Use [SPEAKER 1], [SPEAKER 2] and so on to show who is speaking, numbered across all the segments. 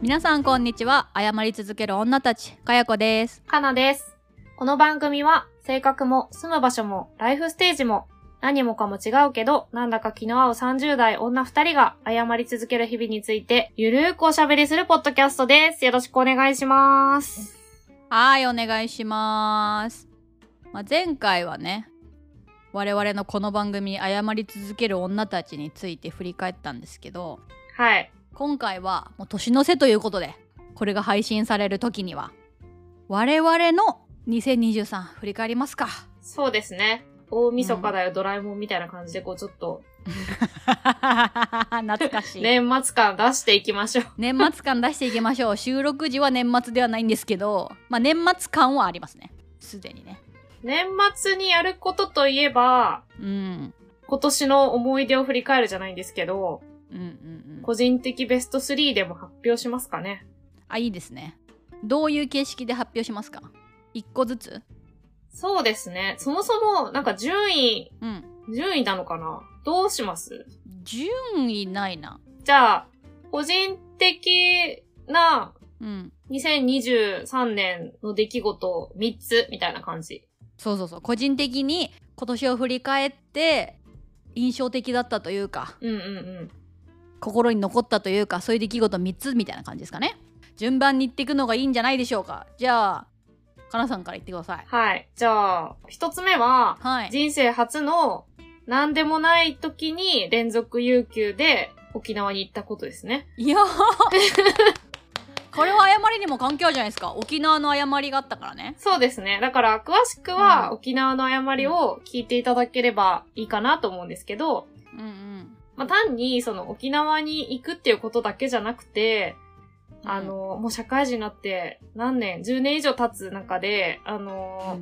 [SPEAKER 1] 皆さんこんにちは。謝り続ける女たち、かやこです。
[SPEAKER 2] かなです。この番組は、性格も、住む場所も、ライフステージも、何もかも違うけど、なんだか気の合う30代女2人が謝り続ける日々について、ゆるーくおしゃべりするポッドキャストです。よろしくお願いします。
[SPEAKER 1] はい、お願いします。まあ、前回はね、我々のこの番組、謝り続ける女たちについて振り返ったんですけど、
[SPEAKER 2] はい。
[SPEAKER 1] 今回はもう年の瀬ということで、これが配信される時には、我々の2023振り返りますか。
[SPEAKER 2] そうですね。大晦日だよ、ドラえもんみたいな感じで、こう、ちょっと、
[SPEAKER 1] 懐かしい。
[SPEAKER 2] 年末感出していきまし ょう。
[SPEAKER 1] 年末感出していきましょう収録時は年末ではないんですけど、まあ、年末感はありますねすでにね
[SPEAKER 2] 年末にやることといえば、
[SPEAKER 1] うん
[SPEAKER 2] 今年の思い出を振り返るじゃないんですけど、
[SPEAKER 1] うんうんうん
[SPEAKER 2] 個人的ベスト3でも発表しますかね。
[SPEAKER 1] あいいですねどういう形式で発表しますか一個ずつ
[SPEAKER 2] そうですね。そもそも、なんか順位、
[SPEAKER 1] うん
[SPEAKER 2] 順位なのかなどうします
[SPEAKER 1] 順位ないな
[SPEAKER 2] じゃあ、個人的な
[SPEAKER 1] うん
[SPEAKER 2] 2023年の出来事3つみたいな感じ。
[SPEAKER 1] そうそうそう個人的に今年を振り返って印象的だったというか
[SPEAKER 2] うんうんうん。
[SPEAKER 1] 心に残ったというかそういう出来事3つみたいな感じですかね順番に言っていくのがいいんじゃないでしょうかじゃあかなさんから言ってください
[SPEAKER 2] はい。じゃあ、1つ目は、
[SPEAKER 1] はい
[SPEAKER 2] 人生初の何でもない時に連続有給で沖縄に行ったことですね。
[SPEAKER 1] いやーこれは謝りにも関係あるじゃないですか沖縄の誤りがあったからね
[SPEAKER 2] そうですね。だから、詳しく
[SPEAKER 1] う
[SPEAKER 2] は
[SPEAKER 1] ん
[SPEAKER 2] 沖縄の誤りを聞いていただければいいかなと思うんですけど、
[SPEAKER 1] うんうん
[SPEAKER 2] まあ、単にその沖縄に行くっていうことだけじゃなくて、あの、もう社会人になって何年、10年以上経つ中で、あの、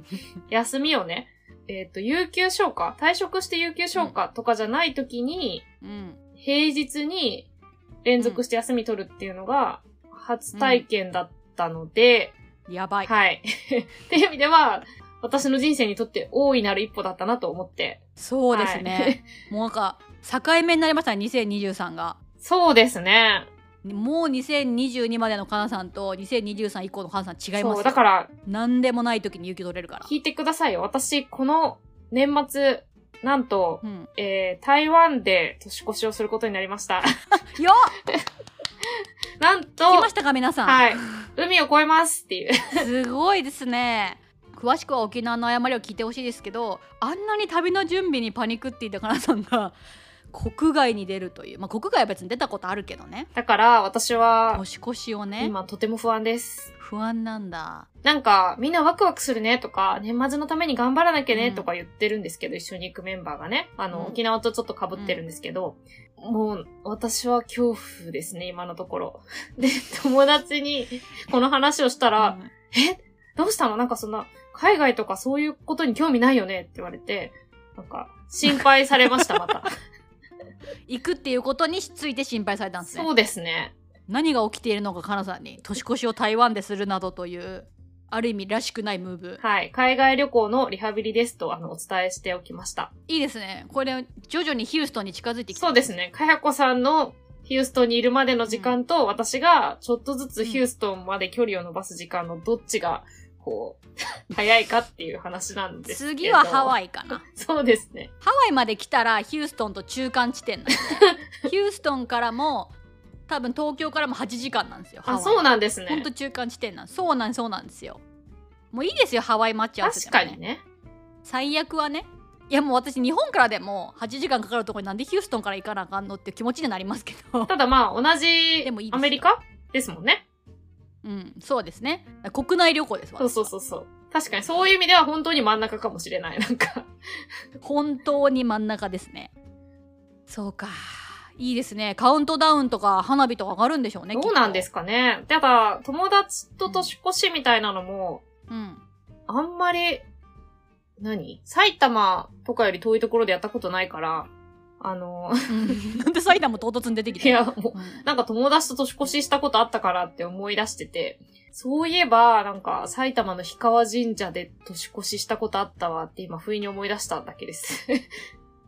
[SPEAKER 2] 休みをね、えっ、と、有給消化、退職して有給消化とかじゃない時に、
[SPEAKER 1] うん
[SPEAKER 2] 平日に連続して休み取るっていうのが初体験だったので、
[SPEAKER 1] やばい、
[SPEAKER 2] はい。 っていう意味では、私の人生にとって大いなる一歩だったなと思って。
[SPEAKER 1] そうですね、
[SPEAKER 2] はい
[SPEAKER 1] もうなんか境目になりましたね2023が
[SPEAKER 2] そうですね。
[SPEAKER 1] もう2022までのかなさんと2023以降のかなさん違います
[SPEAKER 2] そ
[SPEAKER 1] よ
[SPEAKER 2] う、だから、
[SPEAKER 1] 何でもない時に勇気取れるから
[SPEAKER 2] 聞いてくださいよ。私、この年末、なんと
[SPEAKER 1] う、ん、
[SPEAKER 2] えー、台湾で年越しをすることになりました。
[SPEAKER 1] よ
[SPEAKER 2] なんと、
[SPEAKER 1] っ来ましたか皆さん、
[SPEAKER 2] はい。海を越えますっていう。
[SPEAKER 1] すごいですね詳しくは沖縄の誤りを聞いてほしいですけどあんなに旅の準備にパニクっていたかなさんが国外に出るというまあ国外は別に出たことあるけどね
[SPEAKER 2] だから、私は、
[SPEAKER 1] 年越しをね
[SPEAKER 2] 今とても不安です。
[SPEAKER 1] 不安なんだ
[SPEAKER 2] なんか、みんなワクワクするねとか、年末のために頑張らなきゃねとか言ってるんですけど、一緒に行くメンバーがね。あの、
[SPEAKER 1] うん
[SPEAKER 2] 沖縄とちょっと被ってるんですけど、もう、私は恐怖ですね、今のところ。 で、友達に、この話をしたら、
[SPEAKER 1] うん
[SPEAKER 2] えどうしたのなんかそんな、海外とかそういうことに興味ないよねって言われて、なんか、心配されました、また。
[SPEAKER 1] 行くっていうことについて心配されたんです
[SPEAKER 2] そ
[SPEAKER 1] ね
[SPEAKER 2] うですね。
[SPEAKER 1] 何が起きているのかかなさんに年越しを台湾でするなどというある意味らしくないムーブ
[SPEAKER 2] はい。海外旅行のリハビリですと、あの、お伝えしておきました。
[SPEAKER 1] いいですねこれ徐々にヒューストンに近づいてきて
[SPEAKER 2] そうですね。かやこさんのヒューストンにいるまでの時間と、私がちょっとずつヒューストンまで距離を伸ばす時間のどっちが、こう、 早いかっていう話なんですけど。
[SPEAKER 1] 次はハ
[SPEAKER 2] イ。
[SPEAKER 1] ワイかな
[SPEAKER 2] そうですね。
[SPEAKER 1] ハワイまで来たらヒューストンと中間地点なんで ヒューストンからも多分東京からも8時間なんですよ
[SPEAKER 2] あ、そう
[SPEAKER 1] なん
[SPEAKER 2] なんです
[SPEAKER 1] ほん
[SPEAKER 2] ね
[SPEAKER 1] と。中間地点なんそうなんそうなんですよもういいですよハワイ待ち合わせ
[SPEAKER 2] 確
[SPEAKER 1] でもね
[SPEAKER 2] かにね。
[SPEAKER 1] 最悪はねいやもう私日本からでも8時間かかるところになんでヒューストンから行かなあかんのって気持ちになりますけど
[SPEAKER 2] ただまあ、同じ
[SPEAKER 1] でもいいですよ
[SPEAKER 2] アメリカですもんね。
[SPEAKER 1] うんそうですね国内旅行ですわ
[SPEAKER 2] そうそうそうそう。確かに、そういう意味では本当に真ん中かもしれない。なんか。
[SPEAKER 1] 本当に真ん中ですねそうかいいですねカウントダウンとか花火とか上がるんでしょうね、
[SPEAKER 2] どうなんですすかね。ただ、友達と年越しみたいなのも、
[SPEAKER 1] きっとうん、
[SPEAKER 2] あんまり、何埼玉とかより遠いところでやったことないから、あの、
[SPEAKER 1] うん なんで埼玉唐突に出てき
[SPEAKER 2] い
[SPEAKER 1] た
[SPEAKER 2] や、
[SPEAKER 1] の、
[SPEAKER 2] も
[SPEAKER 1] うん
[SPEAKER 2] う、なんか友達と年越ししたことあったからって思い出してて、そういえば、なんか、埼玉の氷川神社で年越ししたことあったわって今、不意に思い出しただけです。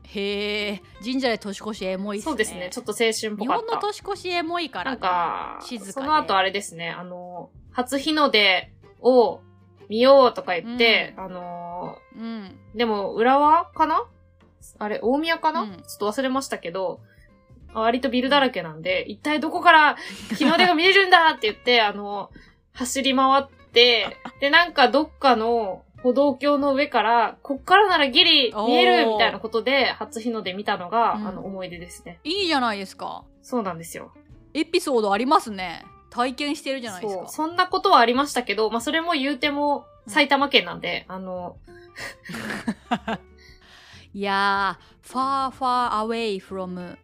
[SPEAKER 1] へえ神社で年越しエモいっすね
[SPEAKER 2] そうですね。ちょっと青春っぽ
[SPEAKER 1] 日
[SPEAKER 2] かっ
[SPEAKER 1] 本の
[SPEAKER 2] た。
[SPEAKER 1] 年越しエモいから、
[SPEAKER 2] な
[SPEAKER 1] ね、
[SPEAKER 2] んか、
[SPEAKER 1] 静かで
[SPEAKER 2] その後あれですね、あの、初日の出を見ようとか言って、あの、
[SPEAKER 1] うん
[SPEAKER 2] でも、浦和かなあれ、大宮かな、
[SPEAKER 1] うん
[SPEAKER 2] ちょっと忘れましたけど、割とビルだらけなんで、一体どこから日の出が見れるんだって言って、あの、走り回って、で、なんかどっかの歩道橋の上から、こっからならギリ見える
[SPEAKER 1] おー
[SPEAKER 2] みたいなことで、初日の出見たのが、
[SPEAKER 1] うん
[SPEAKER 2] あの、思い出ですね。
[SPEAKER 1] いいじゃないですか
[SPEAKER 2] そうなんですよ。
[SPEAKER 1] エピソードありますね体験してるじゃないです
[SPEAKER 2] そう。
[SPEAKER 1] か
[SPEAKER 2] そんなことはありましたけど、まあ、それも言うても、埼玉県なんで、あの、
[SPEAKER 1] いやー far far away from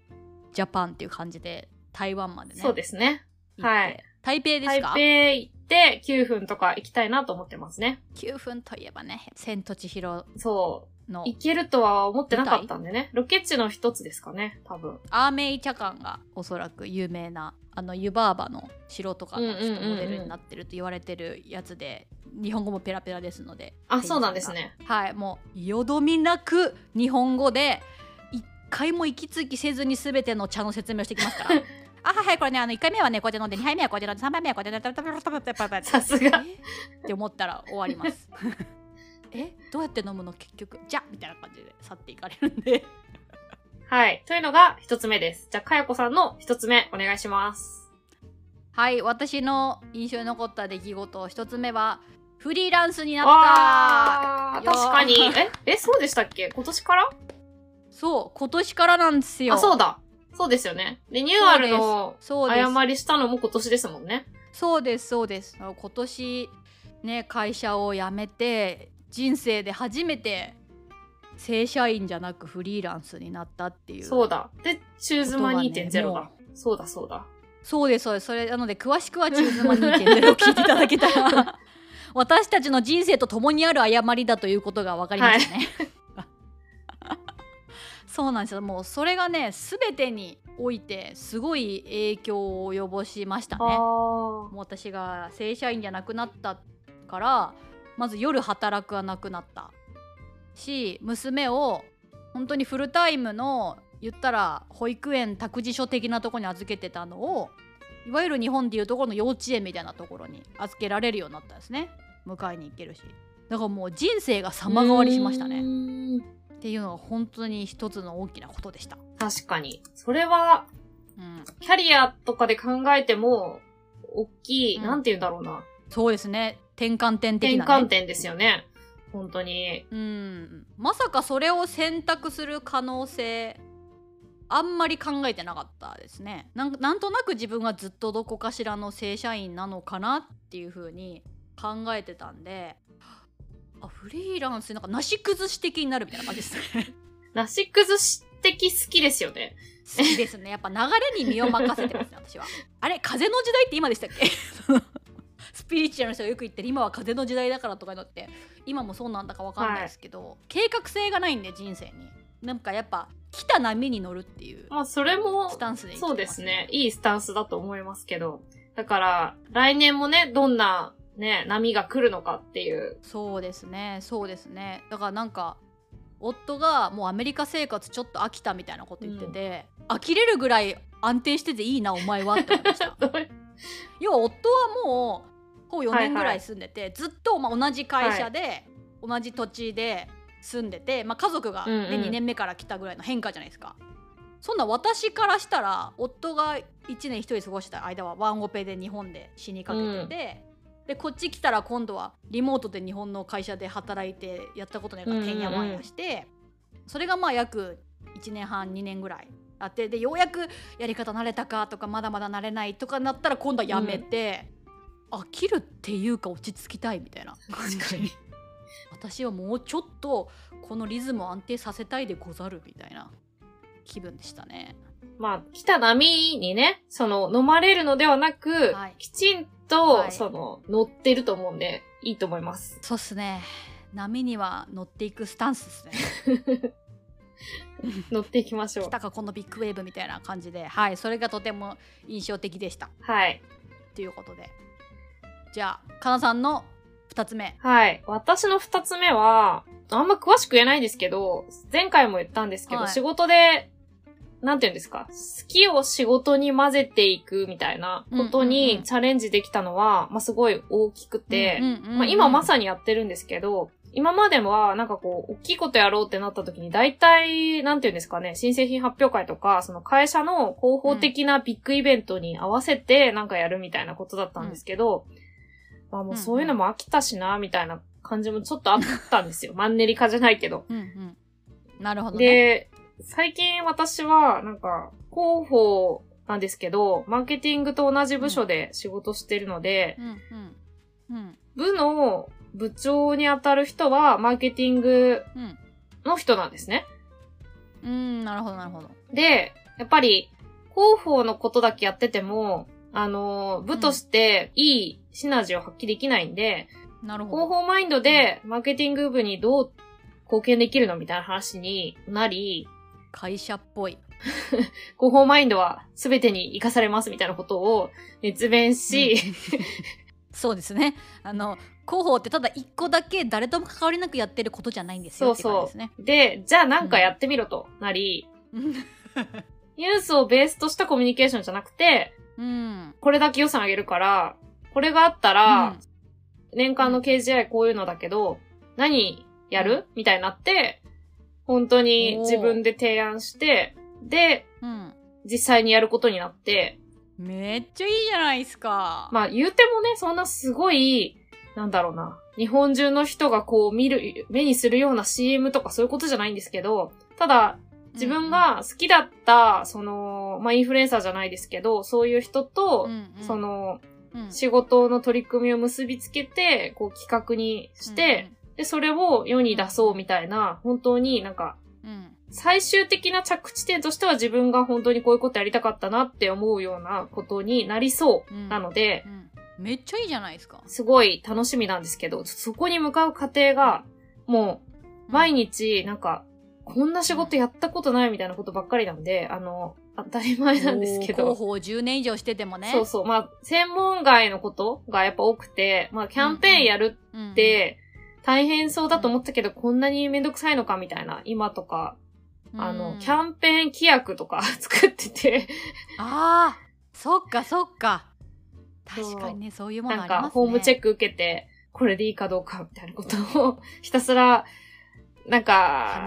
[SPEAKER 1] Japan っていう感じで台湾までね
[SPEAKER 2] そうですね。
[SPEAKER 1] 行って
[SPEAKER 2] はい
[SPEAKER 1] 台北です
[SPEAKER 2] 台
[SPEAKER 1] か
[SPEAKER 2] 北行って9分とか行きたいなと思ってますね。
[SPEAKER 1] 9分といえばね「千と千尋
[SPEAKER 2] そう。」
[SPEAKER 1] の
[SPEAKER 2] 行けるとは思ってなかったんでね。ロケ地の一つですかね、多分。
[SPEAKER 1] アーメイ・チャカンがおそらく有名なあの湯婆婆の城とかのちょっとモデルになってると言われてるやつで、日本語もペラペラですので
[SPEAKER 2] あ、そうなんですね。
[SPEAKER 1] はいもうよどみなく日本語で一回も息継ぎせずに全ての茶の説明をしてきますからあはいはいこれねあの1回目はねこうやって飲んで2杯目はこうやって飲んで3杯目はこうやって飲んでタタタタタタタ
[SPEAKER 2] さすが。
[SPEAKER 1] えって思ったら終わりますえどうやって飲むの結局じゃみたいな感じで去っていかれるんで
[SPEAKER 2] はい。というのが一つ目です。じゃあ、かやこさんの一つ目、お願いします。
[SPEAKER 1] はい私の印象に残った出来事一つ目はフリーランスになった
[SPEAKER 2] あー、
[SPEAKER 1] やっ
[SPEAKER 2] 確
[SPEAKER 1] た
[SPEAKER 2] かに。え、え、そうでしたっけ今年から
[SPEAKER 1] そう今年からなんですよ
[SPEAKER 2] あ、そうだ。そうですよね。リニューアルの
[SPEAKER 1] そうです
[SPEAKER 2] 誤りしたのも今年ですもんね。
[SPEAKER 1] そうですそうですあの今年ね会社を辞めて人生で初めて正社員じゃなくフリーランスになったっていう
[SPEAKER 2] そうだ。で、シューズマ2.0
[SPEAKER 1] も
[SPEAKER 2] だ。そうだ、そうだ。
[SPEAKER 1] そうですそうですそれなので詳しくは「チューズマン2.0」を聞いていただけたら私たちの人生と共にある誤りだということが分かりましたね、 そうなんですよもうそれがね全てにおいてすごい影響を及ぼしました
[SPEAKER 2] あ
[SPEAKER 1] ね
[SPEAKER 2] ー。
[SPEAKER 1] もう私が正社員じゃなくなったからまず夜働くはなくなったし娘を本当にフルタイムの言ったら保育園託児所的なとこに預けてたのをいわゆる日本でいうところの幼稚園みたいなところに預けられるようになったんですね迎えに行けるしだからもう人生が様変わりしました
[SPEAKER 2] う
[SPEAKER 1] ね
[SPEAKER 2] ーん。
[SPEAKER 1] っていうのが本当に一つの大きなことでした、
[SPEAKER 2] 確かに。それは、
[SPEAKER 1] うん、
[SPEAKER 2] キャリアとかで考えても、大きい、
[SPEAKER 1] うん
[SPEAKER 2] なんて言うんだろうな。
[SPEAKER 1] そうですね転換点的
[SPEAKER 2] 転
[SPEAKER 1] な、ね、
[SPEAKER 2] 換点ですよね。本当に。
[SPEAKER 1] うん、まさかそれを選択する可能性あんまり考えてなかったですねなんなんとなく自分がずっとどこかしらの正社員なのかなっていう風に考えてたんであフリーランスなんかなし崩し的になるみたいな感じですね
[SPEAKER 2] なし崩し的好きですよね。
[SPEAKER 1] 好きですねやっぱ流れに身を任せてますね 私はあれ風の時代って今でしたっけ スピリチュアルの人がよく言ってる今は風の時代だからとか言うのって今もそうなんだかわかんないですけど、計画性がないんで人生になんかやっぱ来た波に乗るっていう
[SPEAKER 2] まあ、それも
[SPEAKER 1] ス、タンスで生きてます
[SPEAKER 2] そうですね。いいスタンスだと思いますけど。だから、来年もね、どんな、ね、波が来るのかっ ていう。
[SPEAKER 1] そうですねそうですねだからなんか夫がもうアメリカ生活ちょっと飽きたみたいなこと言ってて、呆れるぐらい安定してていいなお前はって思いました要は夫はもうほぼ4
[SPEAKER 2] はいはい
[SPEAKER 1] 年ぐらい住んでて、ずっとまあ同じ会社で、同じ土地で住んでて、まあ、家族が、ね
[SPEAKER 2] うんうん
[SPEAKER 1] 2年目から来たぐらいの変化じゃないですか。そんな私からしたら夫が1年1人過ごした間はワンオペで日本で死にかけてて、でこっち来たら今度はリモートで日本の会社で働いてやったことないからてんやわんやして、それがまあ約1年半2年ぐらいあってでようやくやり方慣れたかとかまだまだ慣れないとかなったら今度はやめて、飽きるっていうか落ち着きたいみたいな感じ
[SPEAKER 2] 確かに
[SPEAKER 1] 私はもうちょっとこのリズムを安定させたいでござるみたいな気分でしたね。
[SPEAKER 2] まあ、来た波にね、その、飲まれるのではなく、
[SPEAKER 1] はい
[SPEAKER 2] きちんと、
[SPEAKER 1] はい
[SPEAKER 2] その、乗ってると思うんで、いいと思います。
[SPEAKER 1] そうっすね波には乗っていくスタンスですね。
[SPEAKER 2] 乗っていきましょう
[SPEAKER 1] 来。たかこのビッグウェーブみたいな感じではいそれがとても印象的でした
[SPEAKER 2] はい。
[SPEAKER 1] ということでじゃあかなさんの二つ目。
[SPEAKER 2] はい。私の二つ目は、あんま詳しく言えないんですけど、前回も言ったんですけど、
[SPEAKER 1] はい
[SPEAKER 2] 仕事で、なんて言うんですか、好きを仕事に混ぜていくみたいな
[SPEAKER 1] うん
[SPEAKER 2] こと
[SPEAKER 1] うんう
[SPEAKER 2] に
[SPEAKER 1] ん
[SPEAKER 2] チャレンジできたのは、まあ、すごい大きくて、
[SPEAKER 1] うんうんうんうん
[SPEAKER 2] まあ、今まさにやってるんですけど、今までは、なんかこう、大きいことやろうってなった時に、大体、なんて言うんですかね、新製品発表会とか、その会社の広報的なビッグイベントに合わせて、なんかやるみたいなことだったんですけど、まあもうそういうのも飽きたしな、みたいな感じもちょっとあったんです よ。マンネリ化じゃないけど。
[SPEAKER 1] うんうん。なるほどね。
[SPEAKER 2] で、最近私は、なんか、広報なんですけど、マーケティングと同じ部署で仕事してるので、
[SPEAKER 1] うんうん。うん
[SPEAKER 2] 部の部長にあたる人は、マーケティング
[SPEAKER 1] うん。
[SPEAKER 2] の人なんですね。
[SPEAKER 1] うん、なるほどなるほど。
[SPEAKER 2] で、やっぱり、広報のことだけやってても、あのー、部としていいシナジーを発揮できないんで、
[SPEAKER 1] なるほど。
[SPEAKER 2] 広報マインドでマーケティング部にどう貢献できるのみたいな話になり、
[SPEAKER 1] 会社っぽい。
[SPEAKER 2] 広報マインドは全てに生かされますみたいなことを熱弁し、
[SPEAKER 1] そうですね。あの広報ってただ一個だけ誰とも関わりなくやってることじゃないんですよ。
[SPEAKER 2] そうそう
[SPEAKER 1] っていう感
[SPEAKER 2] で、じゃあなんかやってみろとなり、
[SPEAKER 1] じですね。
[SPEAKER 2] ニュースをベースとしたコミュニケーションじゃなくて、
[SPEAKER 1] うん。
[SPEAKER 2] これだけ予算上げるから、これがあった
[SPEAKER 1] う
[SPEAKER 2] ら、
[SPEAKER 1] ん
[SPEAKER 2] 年間の KGI こういうのだけど、何やるみたいになって、本当に自分で提案して、で、
[SPEAKER 1] うん。
[SPEAKER 2] 実際にやることになって、
[SPEAKER 1] めっちゃいいじゃないですか。
[SPEAKER 2] まあ言うてもね、そんなすごい、なんだろうな、日本中の人がこう見る、目にするような CM とかそういうことじゃないんですけど、ただ、自分が好きだった、その、まあインフルエンサーじゃないですけど、そういう人と
[SPEAKER 1] うん、、うんうん
[SPEAKER 2] そ、の、
[SPEAKER 1] うん
[SPEAKER 2] 仕事の取り組みを結びつけて、こう企画にして、、で、それを世に出そうみたいな、本当になんか、
[SPEAKER 1] うんうん
[SPEAKER 2] 最終的な着地点としては自分が本当にこういうことやりたかったなって思うようなことになりそう
[SPEAKER 1] うん
[SPEAKER 2] なので
[SPEAKER 1] う、んめっちゃいいじゃないですか。
[SPEAKER 2] すごい楽しみなんですけど、そこに向かう過程が、もう、毎日、なんか、こんな仕事やったことないみたいなことばっかりなので、あの、当たり前なんですけど。
[SPEAKER 1] おー広報10年以上しててもね。
[SPEAKER 2] そうそう。まあ、専門外のことがやっぱ多くて、まあ、キャンペーンやる
[SPEAKER 1] うんうん
[SPEAKER 2] って、大変そうだと思ったけど、こんなにめんどくさいのかみたいな、今とか、あ
[SPEAKER 1] う
[SPEAKER 2] の、
[SPEAKER 1] ん
[SPEAKER 2] キャンペーン規約とか 作ってて、
[SPEAKER 1] ああ、そっかそっか。確かにね、そういうもの
[SPEAKER 2] な
[SPEAKER 1] あ
[SPEAKER 2] ん
[SPEAKER 1] りますね。
[SPEAKER 2] か、ホームチェック受けて、これでいいかどうかみたいなことを、 ひたすら、なん
[SPEAKER 1] 華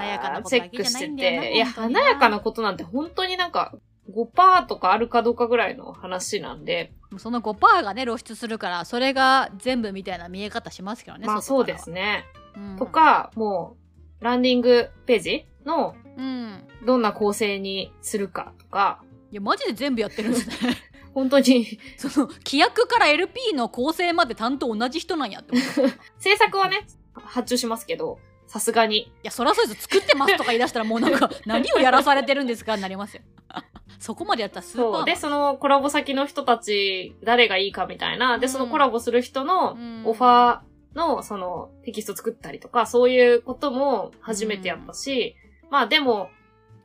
[SPEAKER 1] やかな
[SPEAKER 2] か、
[SPEAKER 1] こと
[SPEAKER 2] チ
[SPEAKER 1] だ
[SPEAKER 2] ェッ
[SPEAKER 1] け
[SPEAKER 2] ク
[SPEAKER 1] じゃ
[SPEAKER 2] し
[SPEAKER 1] な
[SPEAKER 2] て
[SPEAKER 1] いんだよな
[SPEAKER 2] て、いや、
[SPEAKER 1] 本当
[SPEAKER 2] 華
[SPEAKER 1] にな
[SPEAKER 2] やかなことなんて本当になんか、5%とかあるかどうかぐらいの話なんで、
[SPEAKER 1] もうその5%がね露出するからそれが全部みたいな見え方しますけどね
[SPEAKER 2] まあそうです
[SPEAKER 1] ね、
[SPEAKER 2] ね。
[SPEAKER 1] うん
[SPEAKER 2] とか、もう、ランディングページの
[SPEAKER 1] うん
[SPEAKER 2] どんな構成にするかとか、
[SPEAKER 1] いやマジで全部やってるんですね
[SPEAKER 2] 本当に、
[SPEAKER 1] その規約から LP の構成まで担当同じ人なんやって思うい
[SPEAKER 2] 制作はね、発注しますけど、さすがに。
[SPEAKER 1] やそらそうです作ってますとか言い出したらもうなん か何をやらされてるんですかになりますよ そこまでやったらスーパー
[SPEAKER 2] そう。で、そのコラボ先の人たち、誰がいいかみたいな、で、
[SPEAKER 1] うん
[SPEAKER 2] そのコラボする人の
[SPEAKER 1] うん
[SPEAKER 2] オファーの、その、テキスト作ったりとか、そういうことも初めてやったし、まあでも、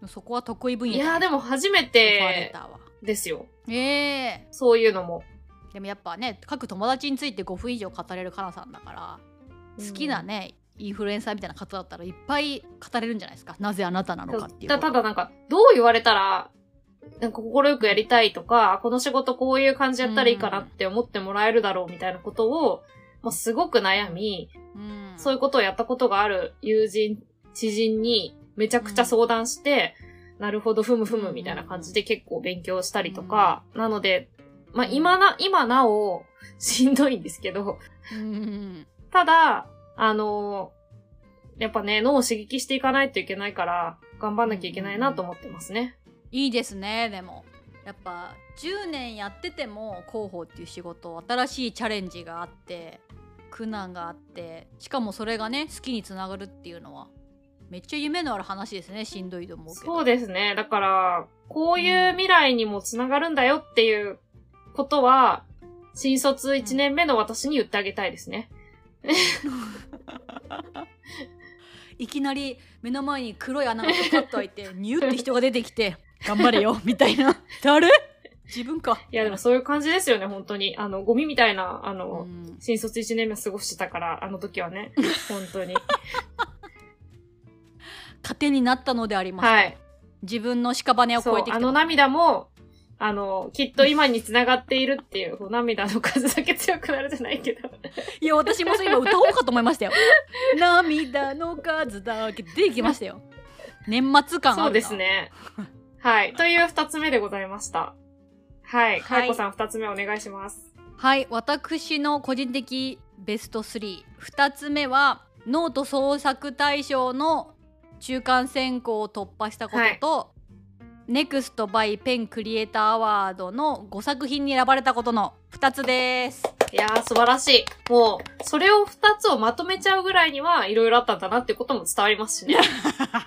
[SPEAKER 1] そこは得意分野
[SPEAKER 2] いやーでも初め
[SPEAKER 1] オファーレ
[SPEAKER 2] て
[SPEAKER 1] ターは
[SPEAKER 2] ですよ。
[SPEAKER 1] ええ
[SPEAKER 2] そういうのも。
[SPEAKER 1] でもやっぱね各友達について5分以上語れるかなさんだから好きなね、インフルエンサーみたいな方だったらいっぱい語れるんじゃないですかなぜあなたなのかっていう
[SPEAKER 2] た
[SPEAKER 1] こと
[SPEAKER 2] ただなんか、どう言われたら、なんか心よくやりたいとか、この仕事こういう感じやったらいいかなって思ってもらえるだろうみたいなことを、まあ、すごく悩み、
[SPEAKER 1] うん
[SPEAKER 2] そういうことをやったことがある友人、知人にめちゃくちゃ相談して、なるほど、ふむふむみたいな感じで結構勉強したりとか、なので、まあ、今な、今なお、 しんどいんですけど、
[SPEAKER 1] うん
[SPEAKER 2] ただ、あのーやっぱね、脳を刺激していかないといけないから、頑張んなきゃいけないなと思ってますね。
[SPEAKER 1] いいですねでもやっぱ10年やってても広報っていう仕事新しいチャレンジがあって苦難があってしかもそれがね好きにつながるっていうのはめっちゃ夢のある話ですねしんどいと思うけど
[SPEAKER 2] そうですね。だから、こういう未来にもつながるんだよっていうことは、新卒1年目の私に言ってあげたいですね。
[SPEAKER 1] いきなり目の前に 黒い穴がパカッと開いてニューって人が出てきて頑張れよみたいな誰自分か。
[SPEAKER 2] いや、でもそういう感じですよね、本当に。あの、ゴミみたいな、あの、
[SPEAKER 1] うん
[SPEAKER 2] 新卒1年目過ごしてたから、あの時 はね。本当に。
[SPEAKER 1] 糧になったのであります。
[SPEAKER 2] はい。
[SPEAKER 1] 自分の屍を
[SPEAKER 2] そ
[SPEAKER 1] 超
[SPEAKER 2] う
[SPEAKER 1] え、てき
[SPEAKER 2] あ
[SPEAKER 1] た。
[SPEAKER 2] の涙も、あの、きっと今に繋がっているっていう、こう涙の数だけ強くなるじゃないけど。
[SPEAKER 1] いや、私もそれ今歌おうかと思いましたよ。涙の数だけ出てきました よ。年末感あるな
[SPEAKER 2] そうです。ね。はい。という二つ目でございました。はい。
[SPEAKER 1] は
[SPEAKER 2] か
[SPEAKER 1] い
[SPEAKER 2] いこさん二つ目お願いします。
[SPEAKER 1] はい、私の個人的ベスト3。二つ目は、ノート創作大賞の中間選考を突破したことと、ネクストバイペンクリエイターアワードの5作品に選ばれたことの2つです。
[SPEAKER 2] いやー、素晴らしい。もう、それを二つをまとめちゃうぐらいには、いろいろあったんだなってことも伝わりますしね。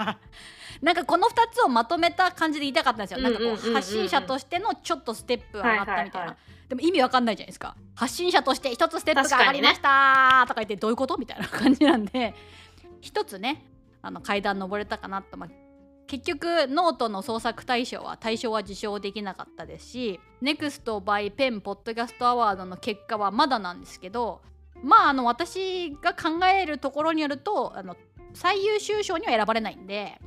[SPEAKER 1] なんかこの2つをまとめた感じで言いたかったんですよ。なんか
[SPEAKER 2] うん
[SPEAKER 1] こ
[SPEAKER 2] うんうんうんう
[SPEAKER 1] うん発信者としてのちょっとステップが上がったみたいな。
[SPEAKER 2] はいはいは
[SPEAKER 1] でも意味わかんないじゃないですか。発信者として一つステップが上がりましたとか言ってどういうことみたいな感じなんで一つねあの階段登れたかなと、まあ、結局ノートの創作大賞は大賞は受賞できなかったですし NEXT by ペンポッドキャストアワードの結果はまだなんですけどまああの私が考えるところによるとあの最優秀賞には選ばれないんで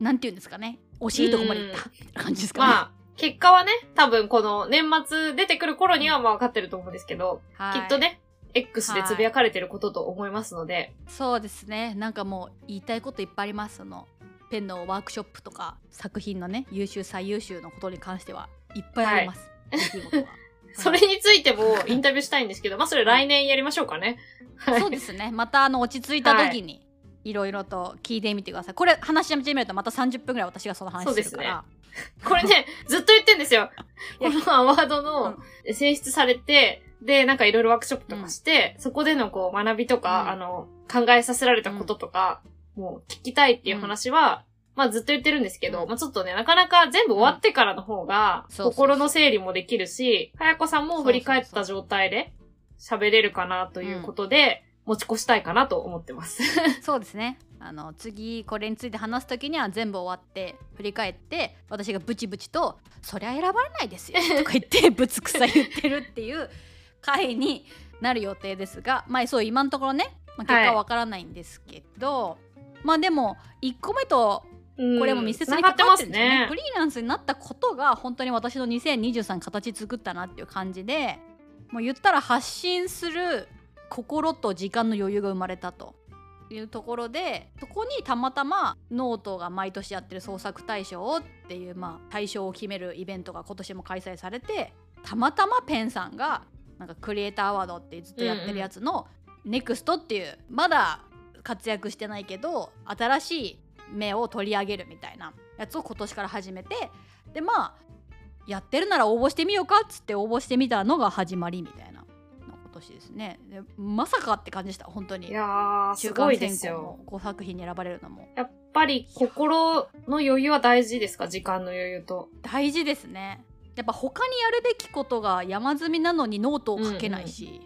[SPEAKER 1] なんて言うんですかね惜しいとこまでいったみたいな感じですかね。
[SPEAKER 2] まあ、結果はね、多分この年末出てくる頃にはまあ分かってると思うんですけど、
[SPEAKER 1] はい
[SPEAKER 2] きっとね、X でつぶやかれてることと思いますので、
[SPEAKER 1] そうですねなんかもう言いたいこといっぱいありますそのペンのワークショップとか作品のね優秀最優秀のことに関してはいっぱいあります、出来事 は
[SPEAKER 2] それについてもインタビューしたいんですけど、まあそれ来年やりましょうかね。はい。
[SPEAKER 1] そうですねまたあの落ち着いた時にいろいろと聞いてみてくださいこれ話し始めるとまた30分ぐらい私がその話
[SPEAKER 2] そう
[SPEAKER 1] して
[SPEAKER 2] で
[SPEAKER 1] る
[SPEAKER 2] す
[SPEAKER 1] か
[SPEAKER 2] ね
[SPEAKER 1] ら
[SPEAKER 2] これね、 ずっと言ってんですよ。
[SPEAKER 1] い
[SPEAKER 2] こ
[SPEAKER 1] や
[SPEAKER 2] のアワードの選出されて、で、なんかいろいろワークショップとかして、そこでのこう学びとか、
[SPEAKER 1] うん
[SPEAKER 2] あの、考えさせられたこととか、もう聞きたいっていう話は、まあずっと言ってるんですけど、
[SPEAKER 1] うん
[SPEAKER 2] まあちょっとね、なかなか全部終わってからの方が、
[SPEAKER 1] うんそうそうそう
[SPEAKER 2] 心の整理もできるし、かやこさんも振り返った状態で喋れるかなということで、持ち越したいかなと思ってます。
[SPEAKER 1] そうですねあの次これについて話す時には全部終わって振り返って私がブチブチと「そりゃ選ばれない ですよ」とか言ってぶつくさ言ってるっていう回になる予定ですがまあそう今のところね、まあ、結果はわからないんですけど、まあでも1個目と
[SPEAKER 2] う ん
[SPEAKER 1] これも密接に
[SPEAKER 2] 繋が
[SPEAKER 1] 関
[SPEAKER 2] って
[SPEAKER 1] わ
[SPEAKER 2] ま
[SPEAKER 1] ってる
[SPEAKER 2] す
[SPEAKER 1] んですよね,、
[SPEAKER 2] ね
[SPEAKER 1] フ。リーランスになったことが本当に私の2023形作ったなっていう感じでもう言ったら発信する心と時間の余裕が生まれたというところでそこにたまたまノートが毎年やってる創作大賞をっていう、まあ、大賞を決めるイベントが今年も開催されてたまたまペンさんがなんかクリエイターアワードってずっとやってるやつの NEXT っていうまだ活躍してないけど新しい目を取り上げるみたいなやつを今年から始めてでまあやってるなら応募してみようかっつって応募してみたのが始まりみたいな今年ですねでまさかって感じでした本当に
[SPEAKER 2] いやー、す
[SPEAKER 1] 中
[SPEAKER 2] ご
[SPEAKER 1] 間
[SPEAKER 2] いです
[SPEAKER 1] 選考
[SPEAKER 2] よ。
[SPEAKER 1] も5作品に選ばれるのも
[SPEAKER 2] やっぱり心の余裕は大事ですか時間の余裕と。
[SPEAKER 1] 大事ですねやっぱ他にやるべきことが山積みなのにノートを書けないし、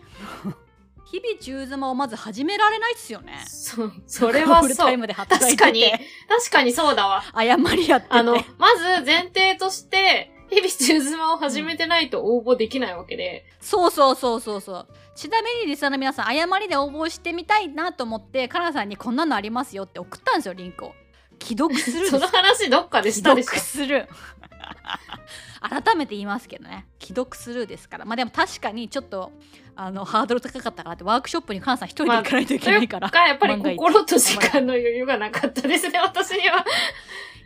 [SPEAKER 1] 日々中妻をまず始められないっすよね
[SPEAKER 2] そ、それは
[SPEAKER 1] フルタ
[SPEAKER 2] そ
[SPEAKER 1] イ
[SPEAKER 2] う。
[SPEAKER 1] ムで働
[SPEAKER 2] 確
[SPEAKER 1] い
[SPEAKER 2] か
[SPEAKER 1] て
[SPEAKER 2] に
[SPEAKER 1] て、
[SPEAKER 2] 確かにそ うだわ。
[SPEAKER 1] 誤りやってて
[SPEAKER 2] あの、まず前提として、日々中妻を始めてないと応募できないわけで。
[SPEAKER 1] そうそうそうそうそうちなみにリスナーの皆さん誤りで応募してみたいなと思ってカナさんにこんなのありますよって送ったんですよリンクを既読する
[SPEAKER 2] その話どっかでし
[SPEAKER 1] 既
[SPEAKER 2] たでしょ
[SPEAKER 1] 読スルー 改めて言いますけどね既読スルーですからまあでも確かにちょっとあのハードル高かったからってワークショップにカナさん一人で行かないといけない から、
[SPEAKER 2] が、やっぱり
[SPEAKER 1] 万が一
[SPEAKER 2] 心と時間の余裕がなかったですね、私には。
[SPEAKER 1] い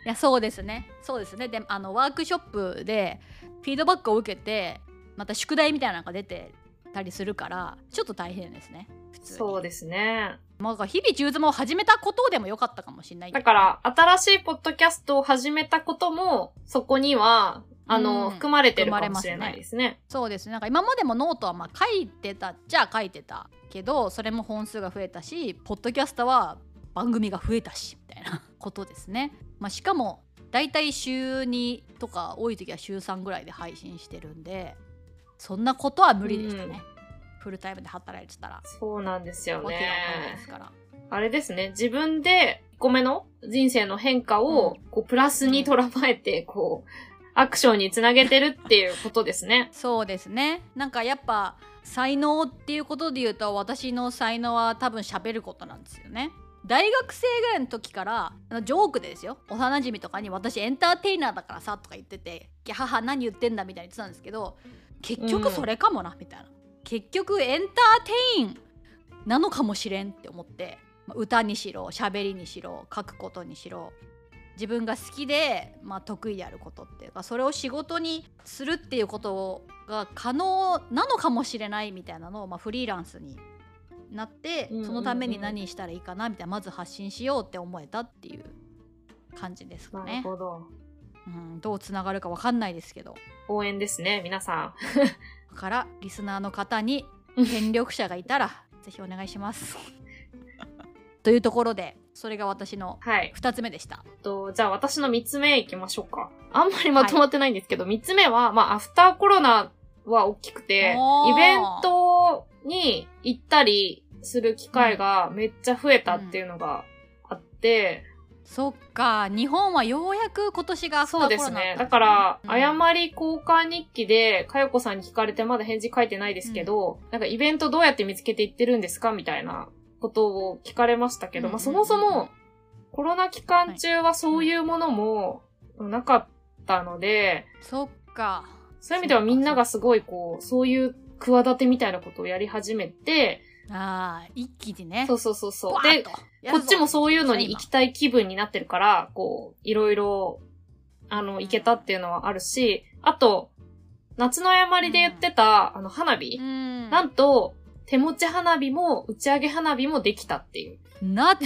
[SPEAKER 1] やそうですねそうですねであのワークショップでフィードバックを受けてまた宿題みたいなのが出てたりするからちょっと大変ですね普通に
[SPEAKER 2] そうですね。
[SPEAKER 1] まあ、日々中妻を始めたことでもよかったかもしれないけ
[SPEAKER 2] だ
[SPEAKER 1] ど
[SPEAKER 2] から、新しいポッドキャストを始めたことも、そこには、あの、
[SPEAKER 1] うん
[SPEAKER 2] 含まれてるかもしれないですね。
[SPEAKER 1] そうですねなんか今までもノートはまあ書いてたっちゃ書いてたけどそれも本数が増えたしポッドキャストは番組が増えたしみたいなことですね、 まあ、しかもだいたい週2とか多い時は週3ぐらいで配信してるんでそんなことは無理でしたね、フルタイムで働いてたら、
[SPEAKER 2] そうなんですよ
[SPEAKER 1] わけがない
[SPEAKER 2] ね
[SPEAKER 1] で。すから
[SPEAKER 2] あれですね、自分で1個目の人生の変化を、
[SPEAKER 1] う
[SPEAKER 2] こう、プラスに捉まえて、こう、アクションにつなげてるっていうことですね。
[SPEAKER 1] そうですねなんかやっぱ才能っていうことで言うと私の才能は多分喋ることなんですよね大学生ぐらいの時からあのジョークでですよ幼馴染とかに「私エンターテイナーだからさ」とか言ってて「ギャハハ何言ってんだ」みたいに言ってたんですけど結局それかもな、みたいな結局エンターテインなのかもしれんって思ってまあ歌にしろ喋りにしろ書くことにしろ自分が好きで、まあ、得意であることっていうかそれを仕事にするっていうことが可能なのかもしれないみたいなのを、まあ、フリーランスになって
[SPEAKER 2] うんうんうん
[SPEAKER 1] そのために何したらいいかなみたいなまず発信しようって思えたっていう感じですか
[SPEAKER 2] なる
[SPEAKER 1] ね。
[SPEAKER 2] ほど。
[SPEAKER 1] うん、どうつながるかわかんないですけど
[SPEAKER 2] 応援ですね、皆さ
[SPEAKER 1] だからリスナーの方に
[SPEAKER 2] うん
[SPEAKER 1] 権力者がいたらぜひお願いし ます。というところでそれが私の
[SPEAKER 2] ん。はい。
[SPEAKER 1] 2つ目でした。
[SPEAKER 2] えっと、じゃあ私の3つ目いきましょうか。あんまりまとまってないんですけど、3つ目は、まあ、アフターコロナは大きくて
[SPEAKER 1] お、ー
[SPEAKER 2] イベントに行ったりする機会がめっちゃ増えたっていうのがあって、
[SPEAKER 1] そっか日本はようやく今年がアフタ
[SPEAKER 2] そう
[SPEAKER 1] ー
[SPEAKER 2] で
[SPEAKER 1] コロ
[SPEAKER 2] す
[SPEAKER 1] ナだったんで。
[SPEAKER 2] ね
[SPEAKER 1] す
[SPEAKER 2] だから、
[SPEAKER 1] うん
[SPEAKER 2] 誤り交換日記で、かよこさんに聞かれてまだ返事書いてないですけど、なんかイベントどうやって見つけていってるんですかみたいなことを聞かれましたけど、
[SPEAKER 1] うん
[SPEAKER 2] まあ、そもそも、コロナ期間中はそういうものもなかったので、
[SPEAKER 1] そっか
[SPEAKER 2] そういう意味ではみんながすごいこう、そういう企てみたいなことをやり始めて、
[SPEAKER 1] あー一気にね
[SPEAKER 2] そうそうそうそう。
[SPEAKER 1] バーッ
[SPEAKER 2] で
[SPEAKER 1] と、や
[SPEAKER 2] こ
[SPEAKER 1] る
[SPEAKER 2] っ
[SPEAKER 1] ぞ
[SPEAKER 2] ちもそういうのに行きたい気分になってるから、こう、いろいろ、あの、行けたっていうのはあるし、あと、夏の誤りで言ってた、あの、花火、
[SPEAKER 1] うん
[SPEAKER 2] なんと、手持ち花火も打ち上げ花火もできたっていう。
[SPEAKER 1] 夏